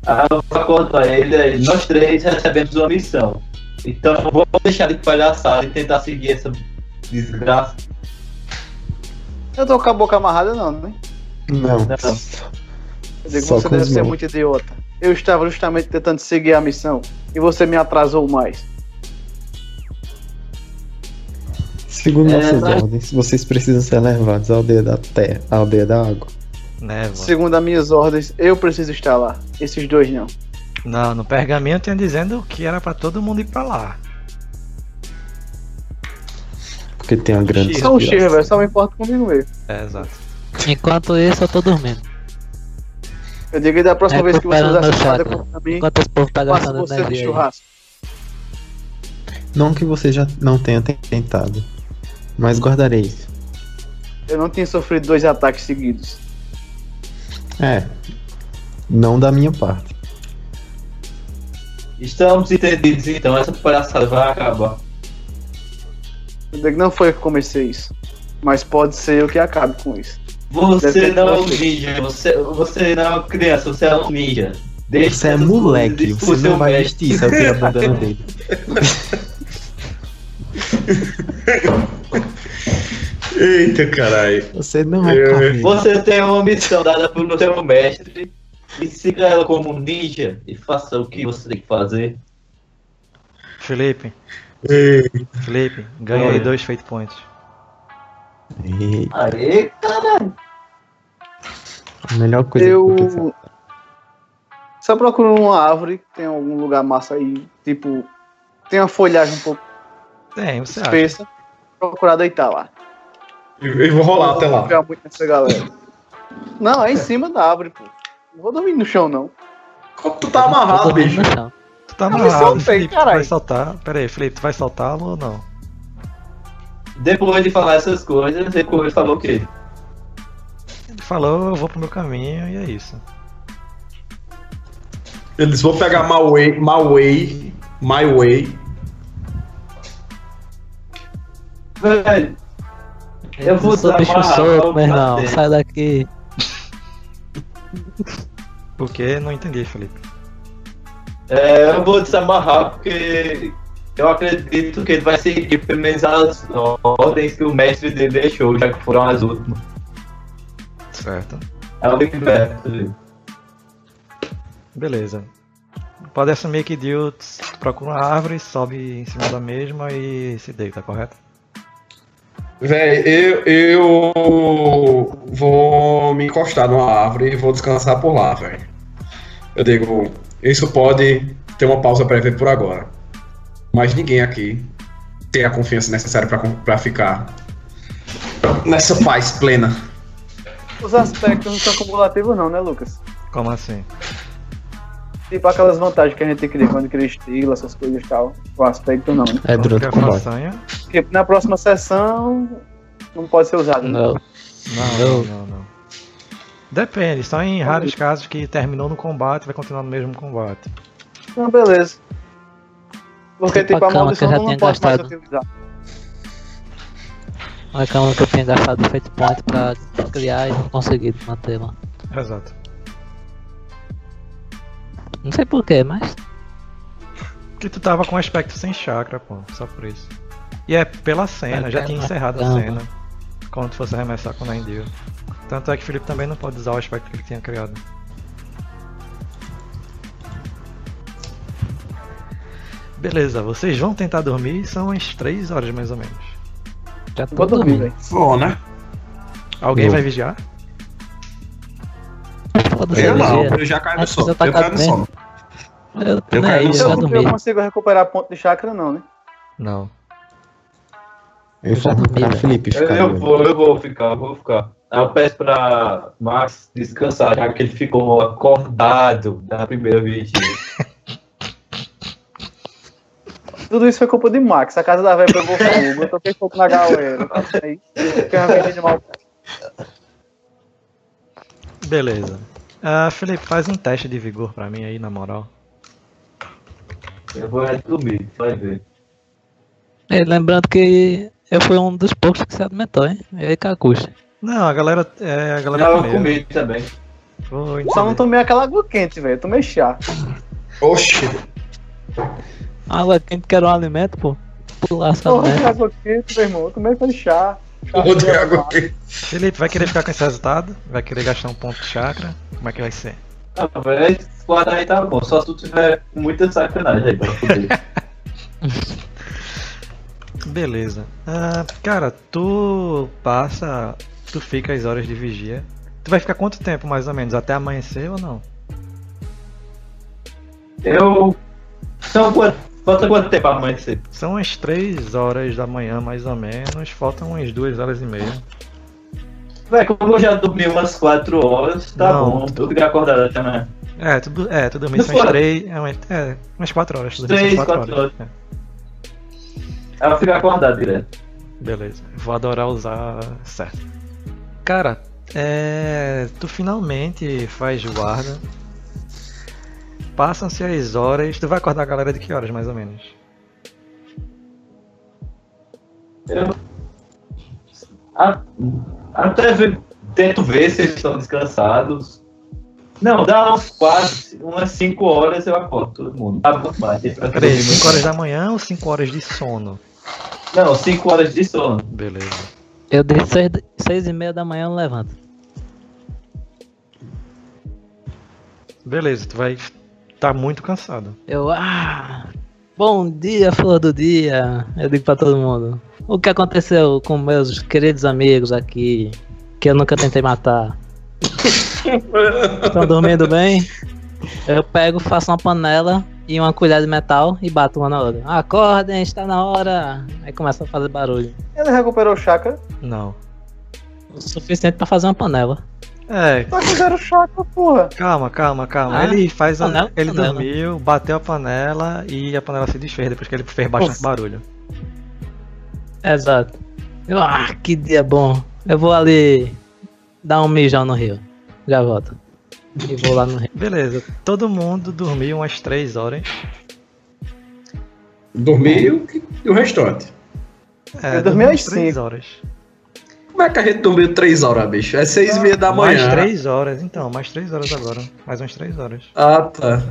Speaker 7: Aí eu acordo a ele, aí nós três recebemos uma missão. Então eu vou deixar de palhaçada e tentar seguir essa desgraça.
Speaker 5: Eu tô com a boca amarrada, não, né?
Speaker 8: Não.
Speaker 7: Não.
Speaker 5: Eu digo,
Speaker 8: Só
Speaker 5: você
Speaker 8: com
Speaker 5: deve
Speaker 8: os
Speaker 5: ser
Speaker 8: mãos.
Speaker 5: muito idiota. Eu estava justamente tentando seguir a missão e você me atrasou
Speaker 4: Tá
Speaker 5: mais.
Speaker 8: Segundo
Speaker 7: É,
Speaker 8: nossas
Speaker 7: mas-
Speaker 8: ordens, vocês precisam ser levados à aldeia da terra, à aldeia da água.
Speaker 2: Neva.
Speaker 5: Segundo as minhas ordens, eu preciso estar lá. Esses dois não.
Speaker 2: Não, no pergaminho tinha dizendo que era pra todo mundo ir pra lá.
Speaker 8: Porque tem uma grande.
Speaker 5: Só um o
Speaker 8: inspiração.
Speaker 5: Xirra, velho. Só me importa comigo mesmo.
Speaker 2: É, exato.
Speaker 4: Enquanto isso, eu tô dormindo.
Speaker 5: Eu digo e da
Speaker 4: É
Speaker 5: próxima vez que você
Speaker 4: Recuperando
Speaker 5: usar
Speaker 4: meu
Speaker 5: essa piada
Speaker 4: chakra.
Speaker 5: contra mim,
Speaker 4: Enquanto esse povo tá
Speaker 5: faça
Speaker 4: gastando
Speaker 5: você no
Speaker 4: energia. aí.
Speaker 5: churrasco.
Speaker 8: Não que você já não tenha te- tentado. Mas guardarei isso.
Speaker 5: Eu não tinha sofrido dois ataques seguidos.
Speaker 8: É. Não da minha parte.
Speaker 7: Estamos entendidos então, essa palhaçada vai acabar.
Speaker 5: Eu digo, não foi eu que comecei isso. Mas pode ser eu que acabe com isso.
Speaker 7: Você
Speaker 5: Deve ter
Speaker 7: não é um
Speaker 5: você.
Speaker 7: ninja, você, você não é uma criança, você é um ninja. Deixa
Speaker 8: Você é
Speaker 7: essas
Speaker 8: moleque,
Speaker 7: coisas
Speaker 8: você
Speaker 7: pro seu
Speaker 8: não vai
Speaker 7: mestre.
Speaker 8: vestir isso, eu tiro a bandana dele.
Speaker 1: Eita, caralho.
Speaker 8: Você não é
Speaker 1: Eu-
Speaker 8: carneiro.
Speaker 7: Você tem uma missão dada pelo seu mestre e siga ela como um ninja e faça o que você tem que fazer.
Speaker 2: Felipe,
Speaker 1: Ei,
Speaker 2: Felipe, ganha aí
Speaker 7: Olha.
Speaker 2: dois fate points.
Speaker 8: E
Speaker 7: Aê,
Speaker 8: a melhor coisa que aconteceu.
Speaker 5: Eu. Só procuro uma árvore que tem algum lugar massa aí. Tipo, tem uma folhagem um pouco
Speaker 2: Tem, você acha?
Speaker 5: espessa. Procurar deitar lá.
Speaker 1: eu eu vou rolar até
Speaker 5: Eu vou
Speaker 1: Ah, lá.
Speaker 5: confiar muito nessa galera. Não, é em cima da árvore, pô. Não vou dormir no chão, não.
Speaker 1: Como tu tá
Speaker 4: Eu tô
Speaker 1: amarrado,
Speaker 4: dormindo então.
Speaker 1: bicho?
Speaker 4: no chão.
Speaker 2: Tu tá
Speaker 5: Eu me
Speaker 2: amarrado,
Speaker 5: soltei,
Speaker 2: Felipe, tu
Speaker 5: caralho.
Speaker 2: vai soltar. Pera aí, Felipe, tu vai soltá-lo ou não?
Speaker 7: Depois de falar essas coisas, depois falou o quê?
Speaker 2: Ele falou, eu vou pro meu caminho e é isso.
Speaker 1: Eles vão pegar my way, my way, my way.
Speaker 7: Velho, eu vou
Speaker 4: sou
Speaker 7: dar
Speaker 4: bicho
Speaker 7: uma-
Speaker 4: solto,
Speaker 7: uma-
Speaker 4: meu irmão.
Speaker 7: uma-
Speaker 4: Sai daqui.
Speaker 2: Porque não entendi, Felipe.
Speaker 7: é, eu vou desamarrar porque eu acredito que ele vai seguir pelo menos as ordens que o mestre dele deixou, já que foram as últimas.
Speaker 2: Certo.
Speaker 7: É o inverso.
Speaker 2: Beleza. Pode assumir que Dio procura uma árvore, sobe em cima da mesma e se deita, correto?
Speaker 1: Véi, eu, eu vou me encostar numa árvore e vou descansar por lá, velho. Eu digo, isso pode ter uma pausa prévia por agora. Mas ninguém aqui tem a confiança necessária pra, con- pra ficar nessa paz plena.
Speaker 5: Os aspectos não são cumulativos, não, né, Lucas?
Speaker 2: Como assim?
Speaker 5: Tipo aquelas vantagens que a gente cria quando cria estilo, essas coisas e tal. O aspecto não. né?
Speaker 8: É durante
Speaker 2: Qualquer
Speaker 8: o combate.
Speaker 2: façanha?
Speaker 5: Porque na próxima sessão não pode ser usado. né?
Speaker 4: Não.
Speaker 2: Não, não, não, não. Depende, só em raros casos que terminou no combate vai continuar no mesmo combate.
Speaker 5: Então, beleza. Porque,
Speaker 4: Tipo
Speaker 5: tipo,
Speaker 4: a
Speaker 5: a
Speaker 4: cama que eu
Speaker 5: maldição
Speaker 4: já
Speaker 5: eu não
Speaker 4: tinha
Speaker 5: posso mais
Speaker 4: gastado.
Speaker 5: utilizar.
Speaker 4: Olha calma que eu tinha gastado feito ponto pra criar e não consegui manter, mano.
Speaker 2: Exato.
Speaker 4: Não sei porquê, mas.
Speaker 2: Porque tu tava com um aspecto sem chakra, pô, só por isso. E é pela cena, já tinha encerrado a
Speaker 4: Caramba.
Speaker 2: cena. Quando tu fosse arremessar com o Nindil. Tanto é que o Felipe também não pode usar o aspecto que ele tinha criado. Beleza, vocês vão tentar dormir, são as 3 horas mais ou menos.
Speaker 4: Já tô
Speaker 5: Vou dormir,
Speaker 4: dormindo.
Speaker 5: velho.
Speaker 1: Bom, né?
Speaker 2: Alguém
Speaker 8: Vou.
Speaker 2: vai vigiar?
Speaker 4: Foda-se,
Speaker 1: Eu não,
Speaker 4: energia.
Speaker 1: eu já caio no
Speaker 4: Mas
Speaker 1: sono.
Speaker 4: você tá
Speaker 1: Eu caio no
Speaker 4: cagando,
Speaker 1: sono.
Speaker 4: Eu tô
Speaker 1: Eu
Speaker 4: nem
Speaker 1: caí
Speaker 4: aí,
Speaker 1: no
Speaker 4: eu
Speaker 1: sono.
Speaker 4: já
Speaker 5: Eu, eu
Speaker 4: dormi.
Speaker 5: consigo recuperar ponto de chakra, não, né?
Speaker 2: Não.
Speaker 8: Eu
Speaker 4: já
Speaker 8: falo
Speaker 4: dormi,
Speaker 8: pra
Speaker 4: velho.
Speaker 8: Felipe
Speaker 7: Eu,
Speaker 8: ficar.
Speaker 7: eu
Speaker 8: doido.
Speaker 7: vou, eu vou ficar, eu vou ficar. Aí eu peço pra Max descansar, já que ele ficou acordado na primeira vez.
Speaker 5: Tudo isso foi culpa de Max. A casa da velha pegou fogo. Eu toquei fogo na galera. tá? Aí, fiquei uma vida de mal.
Speaker 2: Beleza. Ah, Felipe, faz um teste de vigor pra mim aí, na moral.
Speaker 7: Eu vou é dormir, vai ver.
Speaker 4: E lembrando que eu fui um dos poucos que se alimentou, hein? Eu e Kakushi.
Speaker 2: Não, a galera. É, a galera
Speaker 7: Não, eu
Speaker 2: comeu.
Speaker 7: comi também.
Speaker 2: Foi,
Speaker 5: Só não
Speaker 2: entendeu?
Speaker 5: tomei aquela água quente, velho. Eu Tomei chá.
Speaker 1: Oxi,
Speaker 4: Água quente que era um alimento, pô. Pular essa
Speaker 5: Porra,
Speaker 4: merda.
Speaker 5: água quente, meu irmão. Eu tomei foi chá.
Speaker 1: eu odeio água quente.
Speaker 2: Felipe, vai querer ficar com esse resultado? Vai querer gastar um ponto de chakra? Como é que vai ser?
Speaker 7: Ah, velho, esse quadro aí tá bom. Só se tu tiver muita sacanagem aí pra comer.
Speaker 2: Beleza. Ah, cara, tu passa. Tu fica as horas de vigia. Tu vai ficar quanto tempo mais ou menos? Até amanhecer ou não?
Speaker 7: Eu. Então, quanto, falta quanto tempo pra amanhecer?
Speaker 2: São as 3 horas da manhã, mais ou menos. Faltam umas 2 horas e meia.
Speaker 7: Véi, como eu já dormi umas 4 horas, tá
Speaker 2: Não.
Speaker 7: bom. Tu fica acordado até amanhã.
Speaker 2: É, tu, du- é, tu dormiu
Speaker 7: Não
Speaker 2: são as
Speaker 7: fora.
Speaker 2: 3. É, umas- é, umas 4 horas. É. Tu dormiu
Speaker 7: Três,
Speaker 2: umas
Speaker 7: quatro Aí eu fico acordado direto.
Speaker 2: Beleza, vou adorar usar certo. Cara, é... tu finalmente faz guarda. Passam-se as horas. Tu vai acordar a galera de que horas, mais ou menos?
Speaker 7: Eu. a- Até ve- tento ver se eles estão descansados. Não, dá uns 4, umas 5 horas eu acordo todo mundo. Tá bom, mas tem pra
Speaker 2: Peraí,
Speaker 7: dormir.
Speaker 2: 5 horas da manhã ou 5 horas de sono?
Speaker 7: Não, 5 horas de sono.
Speaker 2: Beleza.
Speaker 4: Eu dei seis, seis e meia da manhã eu não levanto.
Speaker 2: Beleza, tu vai tá muito cansado.
Speaker 4: Eu, ah, bom dia, flor do dia. Eu digo pra todo mundo. O que aconteceu com meus queridos amigos aqui, que eu nunca tentei matar? Estão dormindo bem? Eu pego, faço uma panela e uma colher de metal e bato uma na hora. Acordem, está na hora! Aí começa a fazer barulho.
Speaker 5: Ele recuperou o chakra.
Speaker 2: Não.
Speaker 4: O suficiente pra fazer uma panela.
Speaker 2: É,
Speaker 5: Só que zero chakra, porra.
Speaker 2: calma, calma, calma.
Speaker 4: Ah,
Speaker 2: ele faz a,
Speaker 4: panela,
Speaker 2: ele
Speaker 4: panela.
Speaker 2: dormiu, bateu a panela e a panela se desfez depois que ele fez bastante
Speaker 4: Nossa.
Speaker 2: barulho.
Speaker 4: Exato. Eu, ah, que dia bom. Eu vou ali dar um mijão no rio. Já volto. E vou lá no rio.
Speaker 2: Beleza, todo mundo dormiu umas 3 horas.
Speaker 1: Dormi e o, e o restaurante.
Speaker 2: É,
Speaker 5: Eu dormi às
Speaker 2: 3
Speaker 5: cinco.
Speaker 2: horas.
Speaker 1: Como é que a gente dormiu 3 horas, bicho? É 6 e meia da
Speaker 2: mais
Speaker 1: manhã.
Speaker 2: 3 horas, então, mais 3 horas agora. Mais umas 3 horas.
Speaker 1: Ah, tá.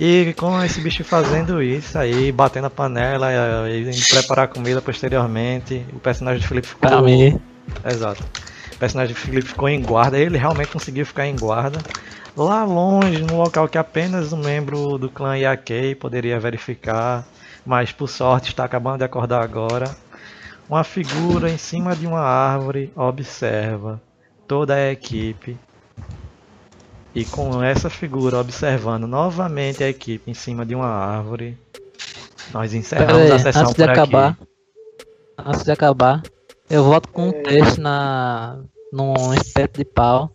Speaker 2: E com esse bicho fazendo isso aí, batendo a panela eh, e em preparar a comida posteriormente, o personagem do Felipe ficou.
Speaker 4: Pra mim.
Speaker 2: Exato. O personagem do Felipe ficou em guarda, ele realmente conseguiu ficar em guarda. Lá longe, num local que apenas um membro do clã Yakei poderia verificar, mas por sorte está acabando de acordar agora. Uma figura em cima de uma árvore observa toda a equipe. E com essa figura observando novamente a equipe em cima de uma árvore, nós encerramos
Speaker 4: Pera
Speaker 2: a
Speaker 4: aí,
Speaker 2: sessão
Speaker 4: antes de
Speaker 2: por aqui.
Speaker 4: acabar. Antes de acabar, eu volto com um texto na, num espeto de pau.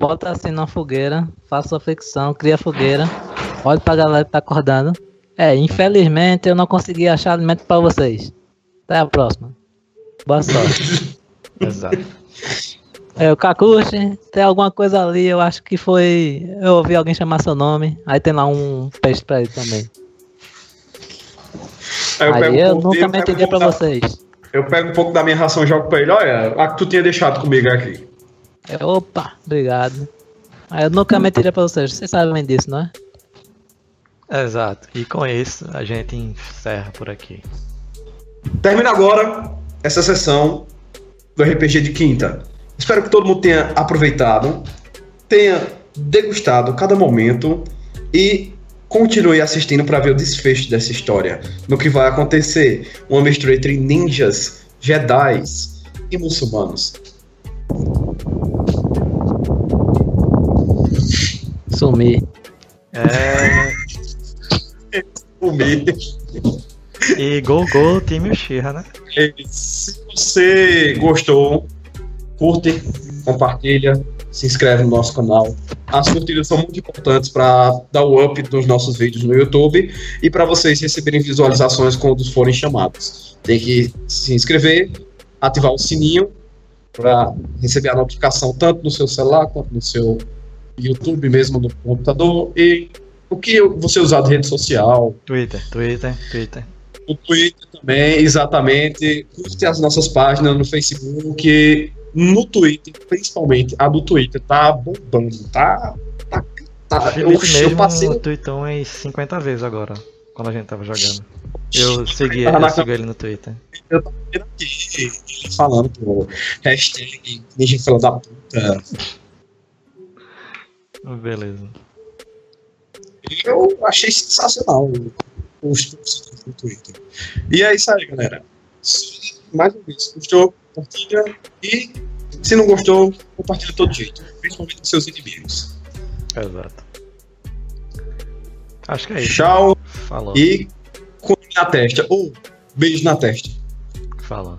Speaker 4: Bota assim na fogueira, faço a flexão, cria a fogueira. Olho pra galera que tá acordando. É, infelizmente eu não consegui achar alimento pra vocês. Até a próxima. Boa sorte.
Speaker 2: Exato.
Speaker 4: É, o Kakushi, tem alguma coisa ali, eu acho que foi. Eu ouvi alguém chamar seu nome, aí tem lá um peixe pra ele também.
Speaker 1: Aí eu
Speaker 4: aí
Speaker 1: pego
Speaker 4: eu
Speaker 1: um pouco
Speaker 4: nunca
Speaker 1: dele, pego
Speaker 4: mentiria
Speaker 1: um
Speaker 4: pra
Speaker 1: pouco da-
Speaker 4: vocês.
Speaker 1: Eu pego um pouco da minha ração e jogo pra ele. Olha, a que tu tinha deixado comigo aqui.
Speaker 4: Eu, É, opa, obrigado. Aí eu nunca mentiria pra vocês, vocês sabem disso, não é?
Speaker 2: Exato. E com isso a gente encerra por aqui.
Speaker 1: Termina agora essa sessão do RPG de quinta. Espero que todo mundo tenha aproveitado, tenha degustado cada momento e continue assistindo para ver o desfecho dessa história. No que vai acontecer, uma mistura entre ninjas, jedis e muçulmanos.
Speaker 4: Sumi.
Speaker 2: É...
Speaker 1: O
Speaker 2: E gol, gol, time Uchiha, né?
Speaker 1: Se você gostou, curte, compartilha, se inscreve no nosso canal. As curtidas são muito importantes para dar o up nos nossos vídeos no YouTube e para vocês receberem visualizações quando forem chamados. Tem que se inscrever, ativar o sininho para receber a notificação tanto no seu celular quanto no seu YouTube mesmo no computador e o que você usar de rede social,
Speaker 2: Twitter, Twitter, Twitter.
Speaker 1: o Twitter também, exatamente. Curte as nossas páginas no Facebook,
Speaker 3: no Twitter, principalmente, a do Twitter tá bombando, tá. tá, tá eu,
Speaker 2: Felipe
Speaker 3: eu passei.
Speaker 2: mesmo tweetou umas 50 vezes agora, quando a gente tava jogando. Eu segui
Speaker 3: Tava
Speaker 2: ele,
Speaker 3: na
Speaker 2: eu sigo ele no Twitter.
Speaker 3: Eu tava vendo aqui, falando, pô, hashtag ninja fila da puta.
Speaker 2: Beleza.
Speaker 3: Eu achei sensacional os tweets do Twitter. E é isso aí, galera. Mais uma vez, gostou, compartilha e se não gostou, compartilha de todo jeito, principalmente com seus inimigos.
Speaker 2: Exato. Acho que é isso.
Speaker 3: Tchau
Speaker 2: Falou.
Speaker 3: e come na testa, ou beijo na testa.
Speaker 2: Falou.